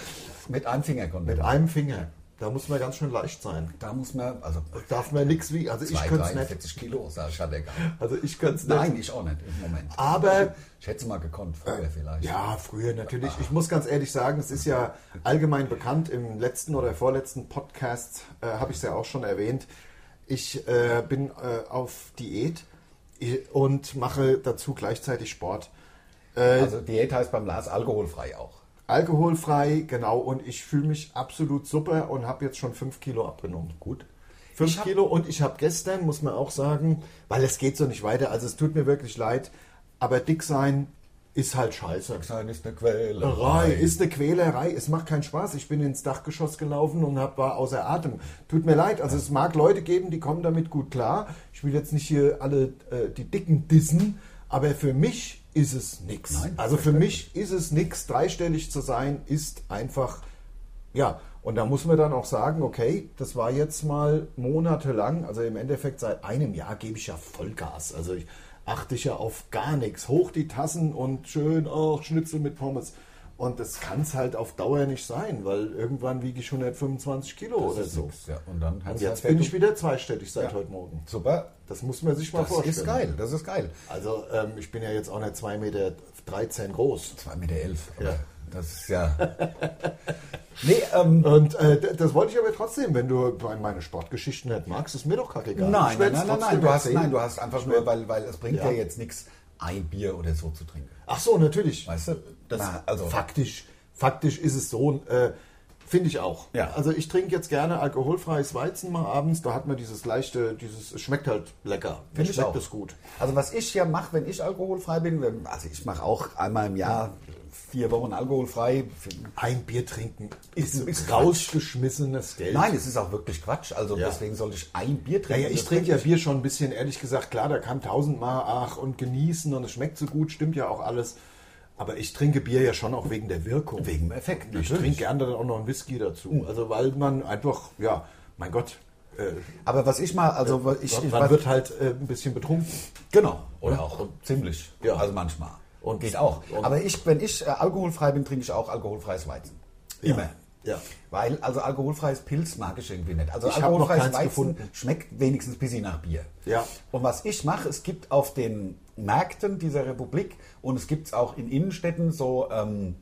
Mit einem Finger konnte
Mit
man.
einem Finger. Da muss man ganz schön leicht sein.
Da muss man, also
Darf man nichts wie, also ich
zwei,
könnte es
drei,
nicht.
40 Kilo, sag ich, hat er gehabt.
Also ich könnte es nicht.
Nein, ich auch nicht im Moment.
Aber
Ich hätte es mal gekonnt, früher vielleicht.
Äh, Ja, früher natürlich. Ich muss ganz ehrlich sagen, es ist ja allgemein bekannt. Im letzten oder vorletzten Podcast äh, habe ich es ja auch schon erwähnt. Ich äh, bin äh, auf Diät ich- und mache dazu gleichzeitig Sport.
Also Diät heißt beim Lars alkoholfrei auch.
Alkoholfrei, genau. Und ich fühle mich absolut super und habe jetzt schon 5 Kilo abgenommen.
Gut.
5 Kilo und ich habe gestern, muss man auch sagen, weil es geht so nicht weiter. Also es tut mir wirklich leid. Aber dick sein ist halt scheiße.
Sein ist eine Quelle.
Quälerei, ist eine Quälerei. Es macht keinen Spaß. Ich bin ins Dachgeschoss gelaufen und hab, war außer Atem. Tut mir leid. Also es mag Leute geben, die kommen damit gut klar. Ich will jetzt nicht hier alle äh, die Dicken dissen, aber für mich ist es nix.
Nein,
also für mich ist es nix. Dreistellig zu sein ist einfach, ja. Und da muss man dann auch sagen, okay, das war jetzt mal monatelang, also im Endeffekt seit einem Jahr gebe ich ja Vollgas. Also ich achte ich ja auf gar nichts. Hoch die Tassen und schön, auch Schnitzel mit Pommes. Und das kann es halt auf Dauer nicht sein, weil irgendwann wiege ich 125 Kilo oder
Das ist
so.
nix, ja. Und dann
Und
hat's
jetzt
halt
bin
Fett-
ich wieder zweistellig seit
Ja.
heute Morgen.
Super.
Das muss man sich mal
Das
vorstellen.
ist geil, das ist geil.
Also ähm, ich bin ja jetzt auch nicht 2,13 Meter groß.
2,11 Meter. Elf.
Ja.
Das ist ja. [laughs] nee, ähm,
Und äh, d- das wollte ich aber trotzdem, wenn du bei- meine Sportgeschichten nicht magst, ist mir doch kackegal.
Nein, nein,
Ich werd's
nein, nein,
trotzdem
Du hast,
erzählen.
nein, du hast einfach nur, weil, weil es bringt ja.
Ja.
dir jetzt nichts, ein Bier oder so zu trinken.
Ach so, natürlich.
Weißt du?
Das
Na, also-
faktisch, faktisch ist es so, äh, finde ich auch.
Ja.
Also ich trinke jetzt gerne alkoholfreies Weizen mal abends, da hat man dieses leichte, dieses, es schmeckt halt lecker. Mir
Finde ich
schmeckt
auch.
es gut.
Also was ich ja mache, wenn ich alkoholfrei bin, wenn- also ich mache auch einmal im Jahr vier Wochen alkoholfrei.
Ein Bier trinken ist,
Ist- ist
ist rausgeschmissenes Geld.
Nein, es ist auch wirklich Quatsch. Also
Ja.
deswegen sollte ich ein Bier trinken.
Naja, ich
Das
trinke ja Bier schon ein bisschen, ehrlich gesagt, klar, da kam tausendmal, ach, und genießen und es schmeckt so gut, stimmt ja auch alles. Aber ich trinke Bier ja schon auch wegen der Wirkung.
Wegen dem Effekt,
Ich
natürlich. Mhm.
trinke gerne dann auch noch einen Whisky dazu. Also, weil man einfach, ja, mein Gott, äh,
Aber was ich mal, also was ich, ich
man
was-
wird halt äh, ein bisschen betrunken.
genau oder auch ziemlich,
Ja.
also manchmal
Und-
geht auch.
und-
Aber ich, wenn ich äh, alkoholfrei bin, trinke ich auch alkoholfreies Weizen. Immer.
Ja.
Weil also alkoholfreies Pilz mag ich irgendwie nicht. Also
Ich hab noch
alkoholfreies
keins
Weizen
gefunden.
schmeckt wenigstens ein bisschen nach Bier.
Ja.
Und was ich mache, es gibt auf den Märkten dieser Republik und es gibt es auch in Innenstädten so ähm,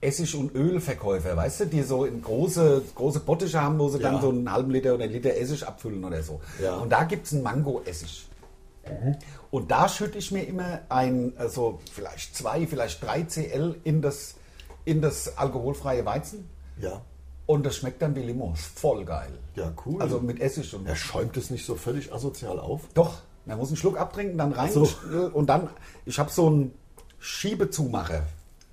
Essig- und Ölverkäufer, weißt du, die so in große, große Bottiche haben, wo sie dann
Ja.
so einen halben Liter oder einen Liter Essig abfüllen oder so.
Ja. Mhm.
Und da gibt es einen Mango-Essig. Und da schütte ich mir immer ein, äh, so vielleicht zwei, vielleicht drei CL in das, in das alkoholfreie Weizen.
Ja.
Und das schmeckt dann wie Limo. Ist Voll geil.
Ja, cool.
Also mit Essig und.
Er schäumt es nicht so völlig asozial auf.
Doch, man muss einen Schluck abtrinken, dann rein. äh,
so.
Und dann, ich habe so einen Schiebezumacher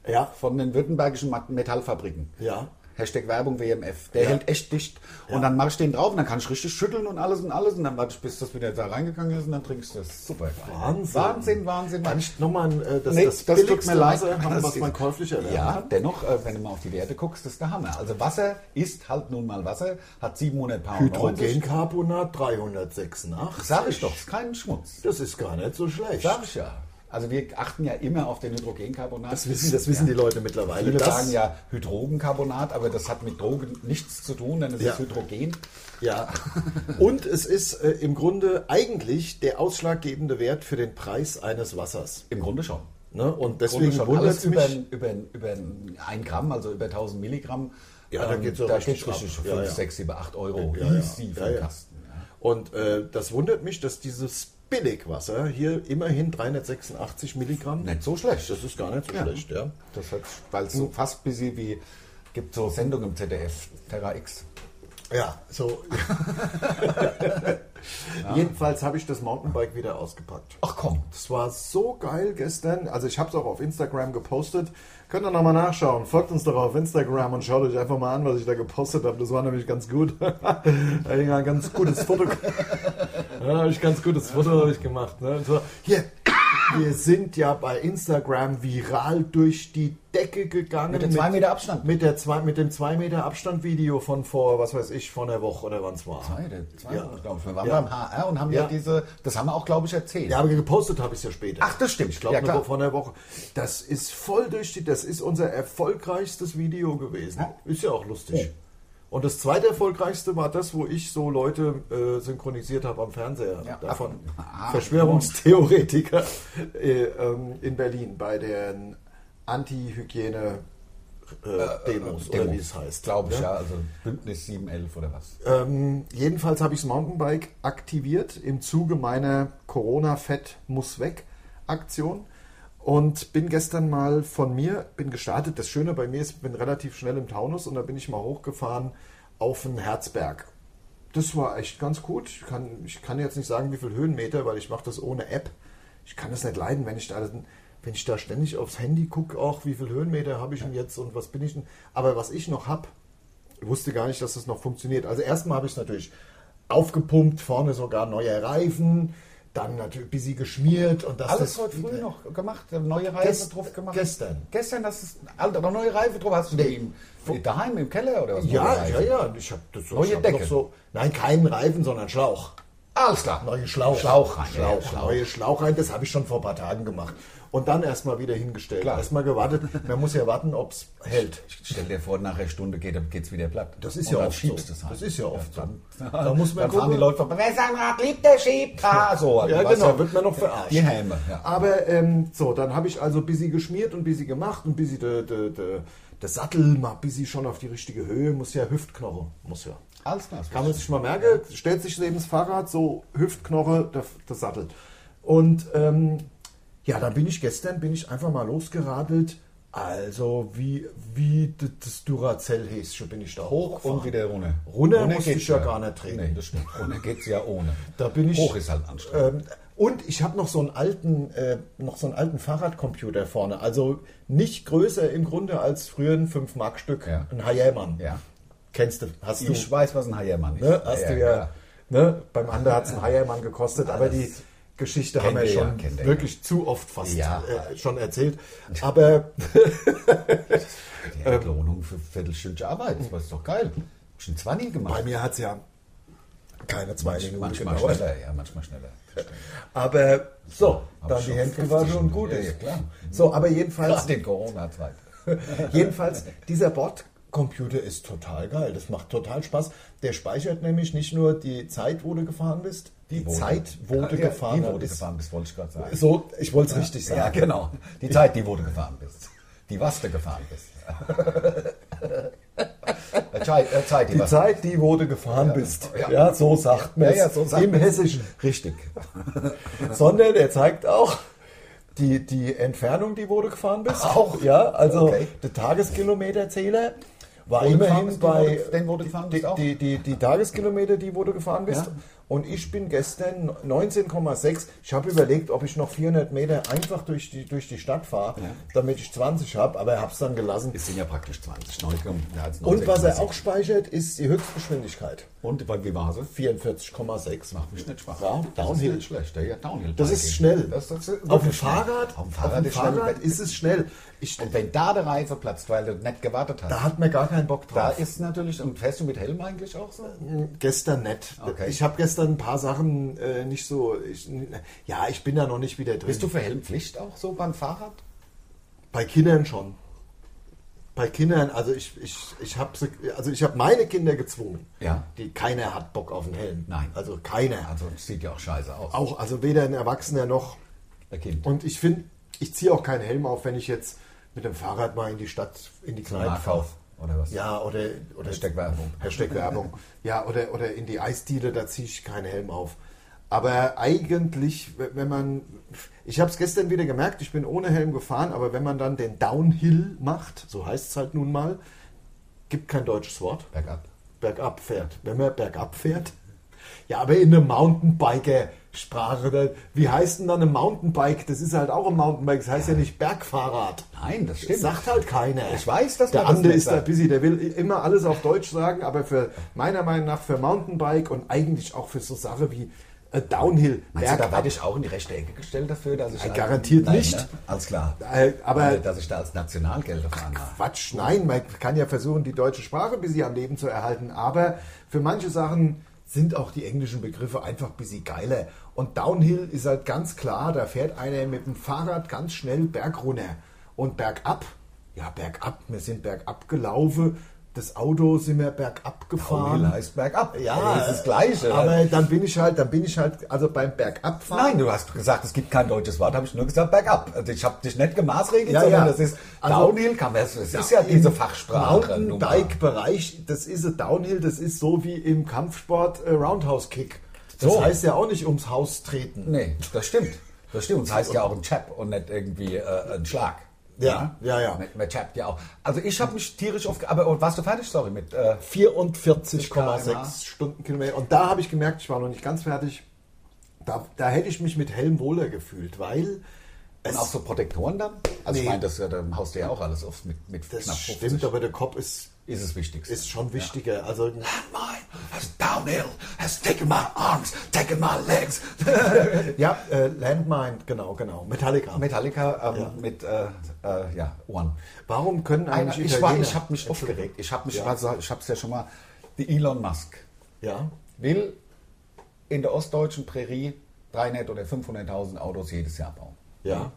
Ja.
von den württembergischen Ma- Metallfabriken.
Ja.
Hashtag Werbung WMF. Der
Ja.
hält echt dicht. Und dann mache ich den drauf und dann kann ich richtig schütteln und alles und alles. Und dann warte ich, bis das wieder da reingegangen ist und dann trinkst du das. Super geil.
Wahnsinn.
Wahnsinn, Wahnsinn.
Kann ich nochmal äh, das,
Nee,
das,
das tut
billigste
mir leid.
Wasser haben,
Das
was
ist-
man käuflich erlernt
Ja,
hat?
dennoch, äh, wenn du mal auf die Werte guckst, das ist der Hammer. Also Wasser ist halt nun mal Wasser, hat 700 Power.
Hydrogencarbonat 386.
Sag ich doch, ist kein Schmutz.
Das ist gar nicht so schlecht.
Sag ich ja. Also wir achten ja immer auf den Hydrogencarbonat.
Das wissen, das wissen
ja.
die Leute mittlerweile.
Viele
das,
sagen ja Hydrogencarbonat, aber das hat mit Drogen nichts zu tun, denn es
Ja.
ist Hydrogen.
ja. Und es ist äh, im Grunde eigentlich der ausschlaggebende Wert für den Preis eines Wassers.
Im Grunde schon.
Ne? Und
Im Grunde
deswegen
schon
wundert
alles
es
über,
mich.
ein- über, ein- über ein ein Gramm, also über 1000 Milligramm. ähm,
Ja, da geht's ja
da
richtig
geht's richtig
ab.
5,
Ja, ja.
6, 7, 8 Euro.
Oh, Ja, ja.
Easy für
Ja,
den
ja.
Kasten.
Und äh, das wundert mich, dass dieses Billigwasser hier immerhin 386 Milligramm.
Nicht so schlecht.
Das ist gar nicht so schlecht, ja.
Das hat, weil es
Hm.
so fast ein bisschen wie, gibt so Sendungen im ZDF, Terra X.
Ja, [laughs] so. Jedenfalls habe ich das Mountainbike wieder ausgepackt.
Ach komm.
Das war so geil gestern. Also ich habe es auch auf Instagram gepostet. Könnt ihr nochmal nachschauen. Folgt uns doch auf Instagram und schaut euch einfach mal an, was ich da gepostet habe. Das war nämlich ganz gut. [laughs] da hab ich ein [laughs] ganz gutes Foto. ge- ja, hab ich ganz gutes Foto hab ich gemacht. Ne? Und so, hier. Wir sind ja bei Instagram viral durch die Decke gegangen.
Mit dem 2 Meter Abstand.
Mit, der zwei, mit dem 2 Meter Abstand-Video von vor, was weiß ich, von der Woche oder wann es war.
Beide, zwei,
Ja.
glaube ich. Wir waren
Ja.
beim HR und haben ja.
Ja.
diese, das haben wir auch, glaube ich, erzählt.
Ja, aber gepostet habe ich es ja später.
Ach, das stimmt.
Ich ne, glaube,
Ja, klar.
von der Woche. Das ist voll durch die, das ist unser erfolgreichstes Video gewesen. Ist ja auch lustig. Und das zweite erfolgreichste war das, wo ich so Leute äh, synchronisiert habe am Fernseher.
Ja.
Davon
Ah.
Verschwörungstheoretiker äh, ähm, in Berlin bei den
Äh,
Anti-Hygiene-Demos, oder wie es heißt.
Glaube ich,
Ne?
ja. Also Bündnis 711 oder was.
Ähm, jedenfalls habe ich das Mountainbike aktiviert im Zuge meiner Corona-Fett muss weg Aktion und bin gestern mal von mir, bin gestartet. Das Schöne bei mir ist, ich bin relativ schnell im Taunus und da bin ich mal hochgefahren auf den Herzberg. Das war echt ganz gut. Ich kann, ich kann jetzt nicht sagen, wie viel Höhenmeter, weil ich mache das ohne App. Ich kann das nicht leiden, wenn ich da, wenn ich da ständig aufs Handy gucke, auch wie viel Höhenmeter habe ich denn jetzt und was bin ich denn. Aber was ich noch habe, ich wusste gar nicht, dass das noch funktioniert. Also erstmal habe ich es natürlich aufgepumpt, vorne sogar neue Reifen, dann natürlich busy geschmiert und das
Alles
das-
heute früh noch gemacht, neue Reifen
Gest-
drauf gemacht.
gestern.
Gestern, das ist, Alter, noch neue Reifen drauf. Hast du die im, daheim im Keller oder was? Neue
Ja, ja,
Reifen?
ja. Ich habe das
Neue
ich hab
Decke.
noch so. Nein, keinen Reifen, sondern Schlauch.
Alles klar.
Neue Schlauch.
Schlauch rein,
Schlauch.
ja, Schlauch.
Neue Schlauch rein, das habe ich schon vor ein paar Tagen gemacht. Und dann erstmal wieder hingestellt.
Klar.
Erstmal gewartet. Man muss ja warten, ob es hält.
Stell dir vor, nach einer Stunde geht es wieder platt.
Das ist
Und
ja
dann
oft
schiebst
so.
es halt.
Das ist ja oft so. [laughs]
dann,
Da muss man
dann fahren
gucken.
die Leute vorbei. Wer sein Rad liebt, der schiebt. Ah,
[laughs]
so.
Ja,
weißt
genau,
du?
wird man noch verarscht.
Die Helme, ja.
Aber ähm, so, dann habe ich also busy geschmiert und busy gemacht und busy de, de, de, de Sattel mal busy schon auf die richtige Höhe, muss ja Hüftknochen, muss ja.
Alles klar. das
Kann man sich mal merken, stellt sich neben das Fahrrad, so Hüftknoche, der, der Sattel. Und ähm, ja, dann bin ich gestern, bin ich einfach mal losgeradelt. Also wie, wie d- das Duracell-Häschen bin ich da
Hoch und wieder runter.
Runter muss ich ja gar nicht treten.
Nee, das stimmt. [laughs] Runter geht's ja ohne.
Da bin ich.
Hoch ist halt anstrengend.
Ähm, und ich habe noch so einen alten, äh, noch so einen alten Fahrradcomputer vorne. Also nicht größer im Grunde als früher ein 5 Mark Stück,
Ja.
ein Heiermann.
Ja.
Kennst du? Hast du?
äh, Ich weiß, was ein Heiermann ist.
Ne, hast du ja.
klar.
Ne, beim anderen hat es ein Heiermann gekostet, aber die Geschichte haben wir
wir ja,
schon
kennt ihr ja.
wirklich zu oft fast
Ja.
äh, schon erzählt. Aber
Die Entlohnung für Viertelstündliche Arbeit. Das war doch geil. Schon 20
bei
gemacht.
mir hat es ja keine zwei Minuten
Manchmal
gedauert.
schneller, ja, manchmal schneller.
Aber so,
Aber
dann
schon
die Hände war
50
schon gut.
Ja, ja, klar.
So, aber jedenfalls.
Nach den Corona-Zeit. [laughs]
Jedenfalls, dieser Bordcomputer ist total geil. Das macht total Spaß. Der speichert nämlich nicht nur die Zeit, wo du gefahren bist, die, Zeit, wo du
Ja,
gefahren
Die wurde
bist.
gefahren bist, wollte ich gerade sagen.
So, ich wollte es richtig sagen.
Ja, genau. Die Zeit, die wurde gefahren bist. Die was du gefahren [laughs] bist. Äh, Zeit, äh, Zeit, die,
Die
was-
Zeit, die wo du gefahren bist.
ja.
Ja. so sagt man
Ja,
es.
ja, so sagt
Im
man's.
Hessischen. Richtig. Sondern er zeigt auch die, die Entfernung, die wo du gefahren bist.
Auch?
Ja, also
Okay.
der Tageskilometerzähler war
Wo du gefahren
immerhin
bist, die wo
bei
du- den, wo du gefahren
die,
bist auch?
die, die, die Tageskilometer, die wo du gefahren bist.
Ja.
Und ich bin gestern 19,6. Ich habe überlegt, ob ich noch 400 Meter einfach durch die, durch die Stadt fahre, damit ich 20 habe, aber habe es dann gelassen.
Es sind ja praktisch 20. Neun, ja, jetzt neun,
Und was er
36.
auch speichert, ist die Höchstgeschwindigkeit.
Und bei- wie war sie?
44,6.
Macht mich nicht Spaß.
Ja, Downhill.
Das ist nicht schlecht. Ja, Downhill.
Das ist schnell.
Das, das ist
auf dem
wirklich schnell.
Fahrrad,
Auf dem Fahrrad, ist, schnell.
ist es schnell. Ich,
Und wenn da der Reifen platzt, weil du nicht gewartet hast,
da
da,
hat man gar keinen Bock drauf.
ist natürlich. Und fährst du mit Helm eigentlich auch so?
gestern nett.
Okay.
Ich habe gestern ein paar Sachen äh, nicht so. Ich, ja, ich bin da noch nicht wieder drin.
Bist du für Helmpflicht auch so beim Fahrrad?
Bei Kindern schon. Bei Kindern, also ich, ich, ich habe also ich hab meine Kinder gezwungen.
Ja.
Die keiner hat Bock auf den Helm.
Nein.
Also keiner.
Also das sieht ja auch scheiße aus.
Auch, also weder ein Erwachsener noch
Der Kind.
Und ich finde, ich ziehe auch keinen Helm auf, wenn ich jetzt mit dem Fahrrad mal in die Stadt, in die Kneipe fahre.
Markauf oder was?
Ja, oder, oder
Hashtag Werbung.
Hashtag Werbung. ja, oder, oder in die Eisdiele, da ziehe ich keinen Helm auf. Aber eigentlich, w- wenn man, ich habe es gestern wieder gemerkt, ich bin ohne Helm gefahren, aber wenn man dann den Downhill macht, so heißt es halt nun mal, gibt kein deutsches Wort
Bergab.
bergab fährt. Wenn man bergab fährt, ja, aber in einer Mountainbiker-Sprache, da- wie heißt denn dann ein Mountainbike? Das ist halt auch ein Mountainbike, das heißt ja, nicht Bergfahrrad.
Nein, das
Das
stimmt.
sagt halt keiner.
Ich weiß, dass
der
man das
andere
nicht
ist da
sagt.
busy, der will immer alles auf Deutsch sagen, aber für meiner Meinung nach für Mountainbike und eigentlich auch für so Sachen wie
äh, Downhill,
Meinst du, da
bergab.
werde ich auch in die rechte Ecke gestellt dafür, dass ich...
Nein, garantiert nicht.
Ne? Alles klar.
Äh, aber-
Äh, dass ich da als Nationalgelder fahren darf.
Quatsch, nein.
Nein, man kann ja versuchen, die deutsche Sprache ein bisschen am Leben zu erhalten, aber für manche Sachen sind auch die englischen Begriffe einfach ein bisschen geiler. Und Downhill ist halt ganz klar, da fährt einer mit dem Fahrrad ganz schnell bergrunter und bergab. Ja, bergab, wir sind bergab gelaufen, das Auto sind wir bergab gefahren.
Downhill heißt bergab.
Ja,
Das ist das Gleiche.
Aber dann bin ich halt, dann bin ich halt, also beim Bergabfahren.
Nein, du hast gesagt, es gibt kein deutsches Wort, habe ich nur gesagt, bergab. Also ich habe dich nicht gemaßregelt,
Ja,
sondern
ja.
das ist
Also-
Downhill, kann man, das ist ja diese Fachsprache.
Im Mountainbike-Bereich, das ist ein Downhill, das ist so wie im Kampfsport äh, Roundhouse-Kick. Das
So.
heißt ja auch nicht ums Haus treten.
Nee, das stimmt. Das stimmt. Das heißt ja auch ein Chap und nicht irgendwie äh, ein Schlag.
Ja, ja, ja.
Man, man chappt ja auch. Also ich habe mich tierisch aufge... Aber warst du fertig? Sorry, mit... Äh,
44,6 Stundenkilometer. Und da habe ich gemerkt, ich war noch nicht ganz fertig. Da, da hätte ich mich mit Helm wohler gefühlt, weil es
und auch so Protektoren dann? Also ich
Nee.
meine, das äh, dann haust du ja auch alles auf mit, mit
das
knapp 50.
stimmt, aber der Kopf ist,
Ist es wichtig.
ist schon wichtiger. Also
Mine has downhill, has taken my arms, taken my [laughs] legs.
ja, äh, Landmine, genau, genau. Metallica.
Metallica ähm, mit, äh, äh, ja, One.
Warum können
Einer,
eigentlich
ich war,
Italiener-
ich habe mich aufgeregt. Ich habe mich,
Ja.
also, ich habe es ja schon mal, die Elon Musk
Ja.
will in der ostdeutschen Prärie 300 oder 500.000 Autos jedes Jahr bauen.
Ja.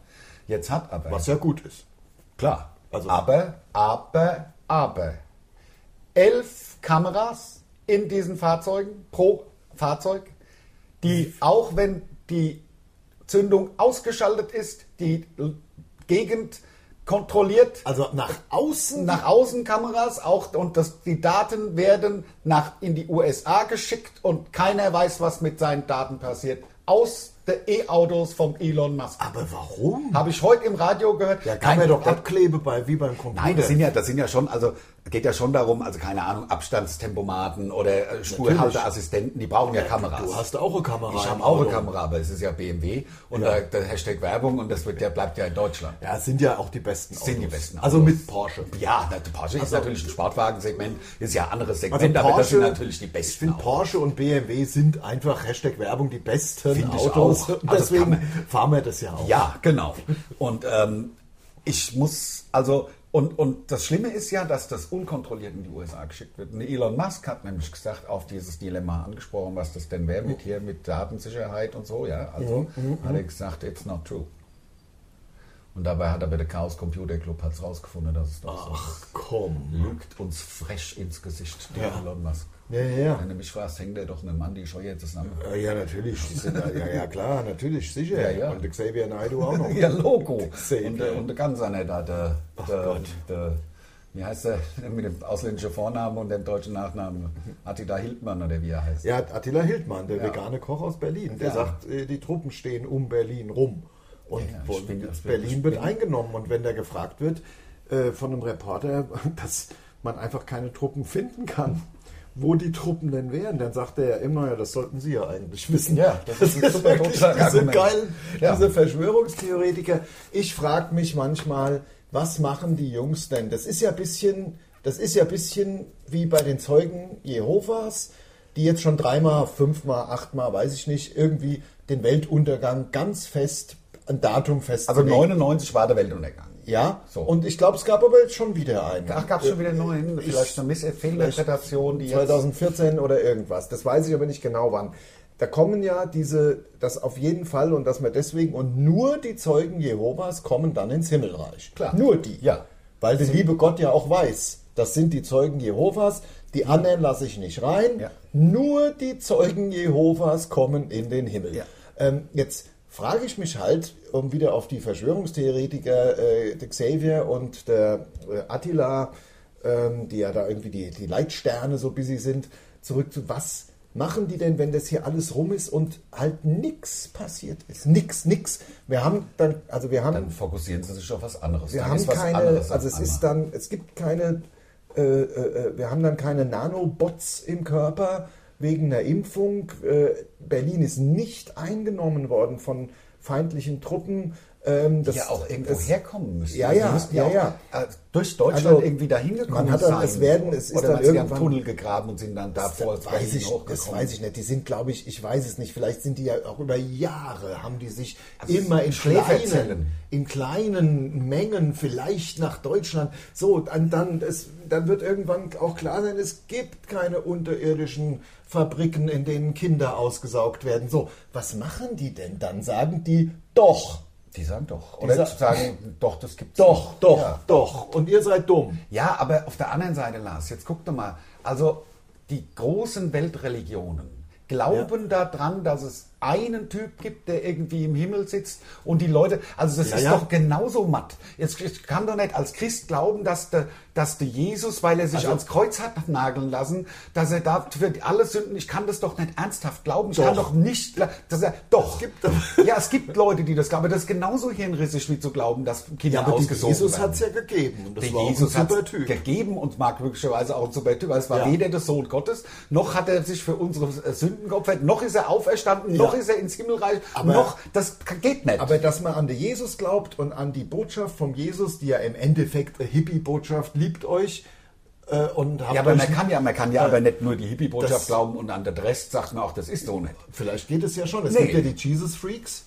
Jetzt hat aber,
Was ja gut ist.
klar,
Also-
aber, aber, aber, elf Kameras in diesen Fahrzeugen, pro Fahrzeug, die, auch wenn die Zündung ausgeschaltet ist, die L- Gegend kontrolliert,
Also nach außen
nach außen Kameras auch und das, die Daten werden nach in die USA geschickt und keiner weiß, was mit seinen Daten passiert. Aus der E-Autos vom Elon Musk.
Aber warum?
Habe ich heute im Radio gehört.
Ah. Ja, kann man doch
der-
abklebe bei wie beim Computer.
Nein, das sind ja, das sind ja schon, also geht ja schon darum, also keine Ahnung, Abstandstempomaten oder äh, Spurhalteassistenten, die brauchen ja, Kameras.
Du hast auch eine Kamera.
ich
im
habe auch eine
Auto.
Kamera, aber es ist ja BMW und
Ja.
Da, der Hashtag Werbung und das wird, der bleibt ja in Deutschland.
Ja, es sind ja auch die besten
Das sind die besten
Also
Autos.
mit Porsche.
Ja, na, der Porsche ist natürlich ein Sportwagensegment, ist ja ein anderes Segment,
Also
aber das
Porsche-
sind natürlich die
Ich
besten
finde
Autos.
Porsche und BMW sind einfach Hashtag Werbung die besten
Find ich
Autos.
auch. Also das
Deswegen
kann man-
fahren wir das ja auch.
Ja, genau. Und ähm, ich muss, also, und, und das Schlimme ist ja, dass das unkontrolliert in die USA geschickt wird. Und Elon Musk hat nämlich gesagt, auf dieses Dilemma angesprochen, was das denn wäre mit hier, mit Datensicherheit und so, ja. Also
Mhm,
hat er gesagt, it's not true. Und dabei hat aber der Chaos Computer Club hat's rausgefunden, dass es doch so ist.
Ach komm.
lügt uns frech ins Gesicht, der
Ja.
Elon Musk.
Ja, ja, ja.
Wenn du mich fragst, hängt er doch mit dem Andi Scheuer zusammen.
Äh, Ja, natürlich. Die sind da- Ja, ja, klar, natürlich, sicher.
Ja, ja.
Und Xavier Naidoo auch noch.
Ja, Logo.
Xavier.
Und, der- und der ganz einer da, der, der, der, wie heißt der, [laughs] mit dem ausländischen Vornamen und dem deutschen Nachnamen, Attila Hildmann oder wie er heißt.
Ja, Attila Hildmann, der vegane Koch aus Berlin, der
Ja.
sagt, äh, die Truppen stehen um Berlin rum. Und
Ja, ja,
wollen-
ich bin- ich bin-
Berlin
ich
wird eingenommen. Und wenn da gefragt wird äh, von einem Reporter, [laughs] dass man einfach keine Truppen finden kann, wo die Truppen denn wären, dann sagt er ja immer, ja, das sollten Sie ja eigentlich wissen.
Ja, das ist ein super
diese
Totschlagargument.
geilen,
Ja.
diese Verschwörungstheoretiker. Ich frage mich manchmal, was machen die Jungs denn? Das ist ja ein bisschen, das ist ja ein bisschen wie bei den Zeugen Jehovas, die jetzt schon dreimal, fünfmal, achtmal, weiß ich nicht, irgendwie den Weltuntergang ganz fest, ein Datum
Also
festlegen.
99 war der Weltuntergang.
Ja,
So.
und ich glaube, es gab aber jetzt schon wieder einen.
Ach, gab es schon wieder einen neuen? Vielleicht eine Missinterpretation, die jetzt...
2014 oder irgendwas. Das weiß ich aber nicht genau wann. Da kommen ja diese, das auf jeden Fall und dass man deswegen und nur die Zeugen Jehovas kommen dann ins Himmelreich.
Klar.
Nur die.
Ja.
Weil der liebe Gott ja auch weiß, das sind die Zeugen Jehovas, die anderen lasse ich nicht rein.
Ja.
Nur die Zeugen Jehovas kommen in den Himmel.
Ja.
Ähm, jetzt frage ich mich halt, um wieder auf die Verschwörungstheoretiker äh, der Xavier und der äh, Attila, ähm, die ja da irgendwie die, die Leitsterne so busy sind, zurück zu was machen die denn, wenn das hier alles rum ist und halt nix passiert ist? Nix, nix. Wir haben dann, also wir haben
Dann fokussieren sie sich auf was anderes.
wir
Dann
haben
ist was
keine,
anderes am
also es ist
Anfang.
dann, es gibt keine, äh, äh, äh, wir haben dann keine Nanobots im Körper wegen einer Impfung. Äh, Berlin ist nicht eingenommen worden von feindlichen Truppen. Ähm, das,
ja auch irgendwo
das-
herkommen müssen.
Ja,
Also die
ja,
müssten
ja,
auch,
ja.
äh, Durch Deutschland
Also,
irgendwie dahin gekommen
man hat dann-
sein.
es werden- es ist
Oder
dann
meinst du, die haben
irgendwann-
Tunnel gegraben und sind dann davor
Das weiß, ich, das weiß ich nicht. Die sind, glaube ich, ich weiß es nicht. Vielleicht sind die ja auch über Jahre, haben die sich immer in
Schläferzellen.
kleinen, in kleinen Mengen vielleicht nach Deutschland. So, dann, dann, es, dann wird irgendwann auch klar sein, es gibt keine unterirdischen Fabriken, in denen Kinder ausgesaugt werden. So, was machen die denn dann? Sagen die doch.
Die sagen doch.
Die
Oder
sa-
zu sagen, doch, das gibt's.
Doch, doch,
Ja.
doch. Und ihr seid dumm.
Ja, aber auf der anderen Seite, Lars, jetzt guck doch mal. Also, die großen Weltreligionen glauben daran, dass es einen Typ gibt, der irgendwie im Himmel sitzt und die Leute, also das
Ja,
ist
ja.
doch genauso matt. Jetzt ich kann doch nicht als Christ glauben, dass der, dass der Jesus, weil er sich
Also-
ans Kreuz hat nageln lassen, dass er da für alle Sünden, ich kann das doch nicht ernsthaft glauben, ich kann
Doch.
doch nicht, gla- dass er, doch. ja, es gibt Leute, die das glauben, aber das ist genauso hirnrissig, wie zu glauben, dass Kinder
Ja, aber die
ausgesogen
Jesus
werden.
hat es ja gegeben. Und das
Der
war
Jesus
auch ein
hat
super Typ.
gegeben und mag möglicherweise auch ein super Typ. weil Es war
Ja.
weder der Sohn Gottes, noch hat er sich für unsere äh, Sünden geopfert, noch ist er auferstanden, noch ist er ins Himmelreich,
Aber-
noch, das k- geht nicht.
Aber dass man an den Jesus glaubt und an die Botschaft vom Jesus, die ja im Endeffekt eine Hippie-Botschaft, liebt euch äh, und habt
ja, aber
euch
man kann ja, man kann ja aber nicht nur die
Äh, das-
Hippie-Botschaft glauben und an den Rest sagt man auch, das ist so nicht.
Vielleicht geht es ja schon. Es
Nee.
gibt ja die Jesus-Freaks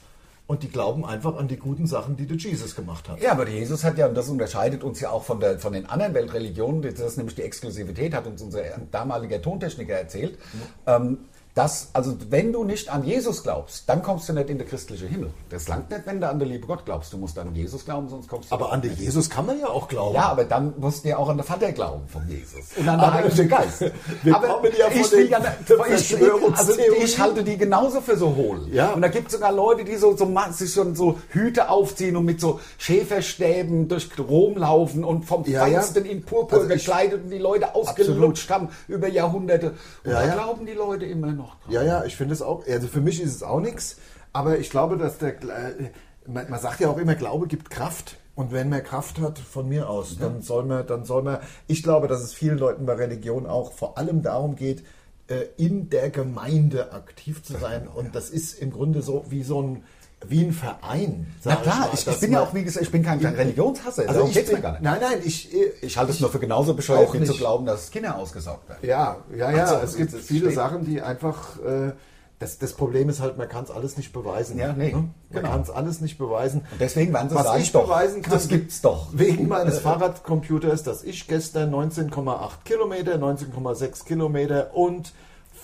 und die glauben einfach an die guten Sachen, die der Jesus gemacht hat.
Ja, aber Jesus hat ja, und das unterscheidet uns ja auch von, der, von den anderen Weltreligionen, das ist nämlich die Exklusivität, hat uns unser damaliger Tontechniker erzählt, ähm, dass, also wenn du nicht an Jesus glaubst, dann kommst du nicht in den christlichen Himmel. Das langt nicht, wenn du an den lieben Gott glaubst. Du musst an Jesus glauben, sonst kommst du
Aber an den Jesus kann man ja auch glauben.
ja, aber dann musst du ja auch an den Vater glauben von Jesus und an den
Aber-
Heiligen Geist.
Wir kommen ja von
ich,
den
bin ja, ich, also
Verschwörungstheorien.
ich halte die genauso für so hohl.
Ja.
Und da gibt es sogar Leute, die so, so ma- sich schon so Hüte aufziehen und mit so Schäferstäben durch Rom laufen und vom
Ja, ja.
Feinsten in Purpur
Also ich-
gekleidet und die Leute ausgelutscht haben über Jahrhunderte. Und
Ja,
da
ja.
glauben die Leute immer noch dran.
Ja, ja, ich finde es auch. Also für mich ist es auch nichts. Aber ich glaube, dass der. Äh, man, man sagt ja auch immer, Glaube gibt Kraft. Und wenn man Kraft hat, von mir aus, dann soll man, dann soll man. Ich glaube, dass es vielen Leuten bei Religion auch vor allem darum geht, äh, in der Gemeinde aktiv zu sein. Und das ist im Grunde so wie so ein wie ein Verein.
Na
sag
klar,
mal,
ich, ich
dass
bin ja
man-
auch, wie gesagt, ich bin kein, kein Religionshasser.
Also
darum
ich
geht's
bin,
mir gar nicht.
Nein, nein, ich,
Ich halte es nur für genauso bescheuert,
Auch
wie zu
nicht.
glauben, dass Kinder ausgesaugt werden.
Ja, ja, ja.
Also,
es gibt
das
viele
steht-
Sachen, die einfach. Äh, das, das Problem ist halt, man kann es alles nicht beweisen. ne?
Ja, nee,
Man
genau.
kann es alles nicht beweisen.
Und deswegen werden sie
Was
sagen,
ich
doch,
beweisen kann,
das gibt's doch.
Wegen
[laughs]
meines Fahrradcomputers, dass ich gestern 19,8 Kilometer, 19,6 Kilometer und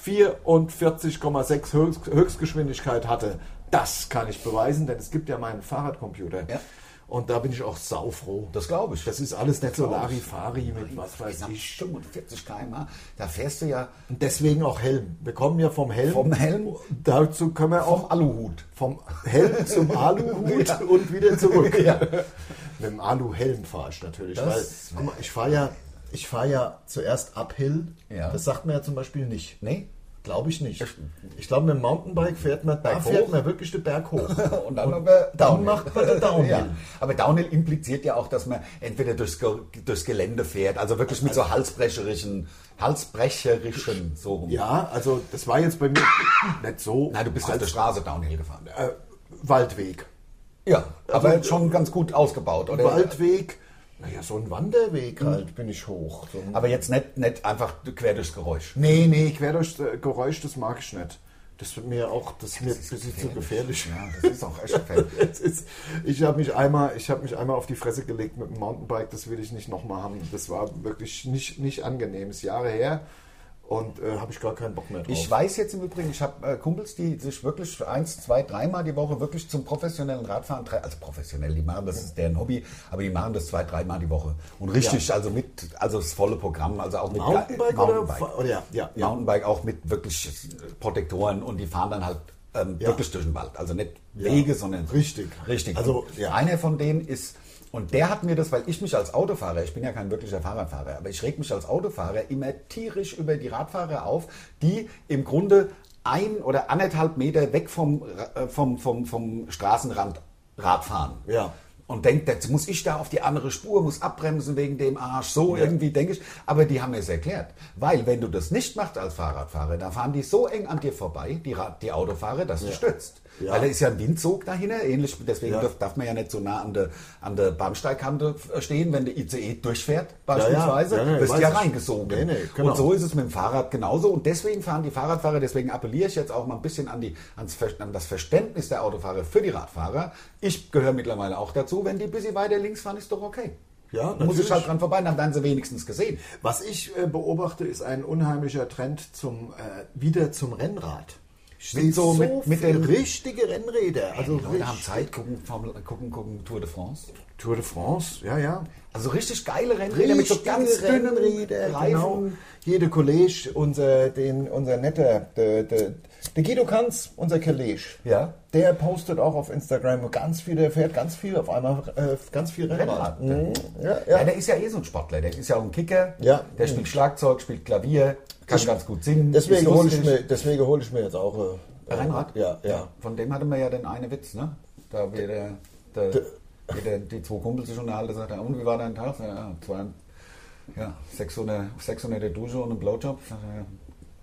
44,6 Höchst Höchstgeschwindigkeit hatte. Das kann ich beweisen, denn es gibt ja meinen Fahrradcomputer.
Ja.
Und da bin ich auch saufroh.
Das glaube ich.
Das ist alles nicht so
glaub ich.
Larifari mit was weiß
Knapp
ich.
45 km/h, da fährst du ja
Und deswegen auch Helm. Wir kommen ja vom Helm.
Vom Helm?
Dazu können wir
vom
auch
Aluhut.
vom Helm
[laughs]
zum Aluhut
Ja.
und wieder zurück.
Ja.
Mit dem Aluhelm fahre ich natürlich.
Das
Weil, guck mal, ich fahre ja, ich fahr ja zuerst uphill.
Ja.
Das sagt man ja zum Beispiel nicht.
Nee?
Glaube ich nicht. Ich glaube, mit dem Mountainbike fährt man, da
Berg
fährt
hoch.
man wirklich den Berg hoch.
[laughs] Und dann aber
dann macht man den Downhill.
Ja. Aber Downhill impliziert ja auch, dass man entweder durchs, Ge- durchs Gelände fährt, also wirklich mit so halsbrecherischen, halsbrecherischen, so rum.
Ja, also das war jetzt bei mir nicht so.
Nein, du bist auf der Straße Downhill gefahren.
äh, Waldweg.
Ja, also aber schon ganz gut ausgebaut, oder?
Waldweg, naja, so ein Wanderweg halt bin ich hoch. So ein
Aber jetzt nicht, nicht einfach quer durchs Geräusch.
Nee, nee, quer durch äh, Geräusch, das mag ich nicht. Das wird mir auch, das ist mir ein bisschen zu gefährlich. [laughs]
Ja, das ist auch echt gefährlich.
Es ist, ich habe mich einmal, ich habe mich einmal auf die Fresse gelegt mit dem Mountainbike. Das will ich nicht nochmal haben. Das war wirklich nicht, nicht angenehm. Ist Jahre her und äh, habe ich gar keinen Bock mehr drauf.
Ich weiß jetzt im Übrigen, ich habe äh, Kumpels, die sich wirklich eins, zwei, dreimal die Woche wirklich zum professionellen Radfahren, tre- also professionell, die machen das, ist deren Hobby, aber die machen das zwei, dreimal die Woche. Und richtig, also mit, also das volle Programm, also auch mit
Mountainbike,
äh,
oder? oder ja, ja, ja.
Mountainbike auch mit wirklich äh, Protektoren und die fahren dann halt ähm,
Ja.
wirklich durch den Wald. Also nicht
Ja.
Wege, sondern
Richtig.
Richtig.
Also,
Also
ja.
einer von denen ist, und der hat mir das, weil ich mich als Autofahrer, ich bin ja kein wirklicher Fahrradfahrer, aber ich reg mich als Autofahrer immer tierisch über die Radfahrer auf, die im Grunde ein oder anderthalb Meter weg vom, Ra- äh, vom, vom, vom Straßenrand Rad fahren.
Ja.
Und denkt, jetzt muss ich da auf die andere Spur, muss abbremsen wegen dem Arsch, so
Ja.
irgendwie denke ich. Aber die haben mir es erklärt. Weil wenn du das nicht machst als Fahrradfahrer, dann fahren die so eng an dir vorbei, die, Rad, die Autofahrer, dass du stürzt. Ja. Weil da ist ja ein Windzug dahinter, ähnlich, deswegen darf, darf man ja nicht so nah an der an der Bahnsteigkante stehen, wenn der ICE durchfährt, beispielsweise,
Ja, ja. Ja, ja,
wirst
weiß
du ja
ich.
reingesogen.
Nee, nee, genau.
Und so ist es mit dem Fahrrad genauso. Und deswegen fahren die Fahrradfahrer, deswegen appelliere ich jetzt auch mal ein bisschen an, die, ans, Ver- an das Verständnis der Autofahrer für die Radfahrer. Ich gehöre mittlerweile auch dazu, wenn die ein bisschen weiter links fahren, ist doch okay.
Ja,
Muss ich
natürlich.
halt dran vorbei, dann werden sie wenigstens gesehen.
Was ich äh, beobachte, ist ein unheimlicher Trend zum äh, wieder zum Rennrad.
Mit so- mit- mit
viel
den-
richtige Rennräder, also
die Leute haben
richtig-
Zeit, gucken, Formel, gucken, gucken Tour de France.
Tour de France, ja ja.
Also richtig geile Rennräder
Richtig
mit so ganz dünnen
Rennräder,
Reifen.
genau. Jede College, unser, den, unser netter, der, der, der Guido Kanz, unser College,
Ja.
der postet auch auf Instagram ganz viel, der fährt ganz viel auf einmal, äh, ganz viel
Rennrad.
Rennrad. Mhm. Ja,
Ja.
ja.
der ist ja eh so ein Sportler, der ist ja auch ein Kicker,
Ja. Mhm.
der spielt Schlagzeug, spielt Klavier, kann ganz gut singen.
Deswegen
ist
hole ich,
lustig.
mir- deswegen hol ich mir jetzt auch äh,
Rennrad?
Ja, ja.
Von dem hatte man ja den einen Witz, ne? Da wir der, der, wie der, die zwei Kumpels sich unterhalten, sagt er, und wie war dein Tag? Sagt er, Ja, zwei, ja 600, 600 der Dusche und ein Blowjob. Sagt er, ja,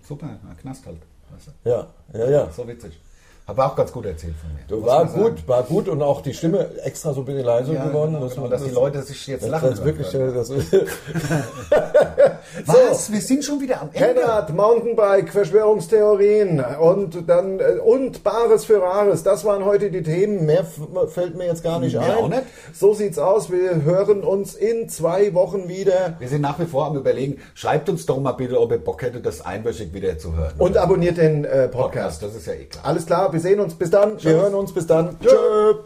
super, ein Knast halt. Weißt du?
Ja, ja, ja.
So witzig. Aber auch ganz gut erzählt von mir.
Du
muss
war
man sagen.
gut, war gut und auch die Stimme extra so ein bisschen leiser
Ja,
geworden.
genau,
muss
genau,
man-
dass die Leute sich jetzt
das
lachen
ist wirklich,
hören.
äh, das
[laughs] Was? Wir sind schon wieder am Ende.
Kennard, Mountainbike, Verschwörungstheorien und dann äh, und Bares für Rares. Das waren heute die Themen.
mehr f- fällt mir jetzt gar nicht
Mir
ein.
auch nicht.
So sieht's aus. Wir hören uns in zwei Wochen wieder.
Wir sind nach wie vor am überlegen, schreibt uns doch mal bitte, ob ihr Bock hättet, das einwöchig wieder zu hören.
Und abonniert den äh, Podcast.
Podcast, das ist ja eh klar.
Alles klar, wir sehen uns. Bis dann.
Wir hören uns bis dann. Tschö.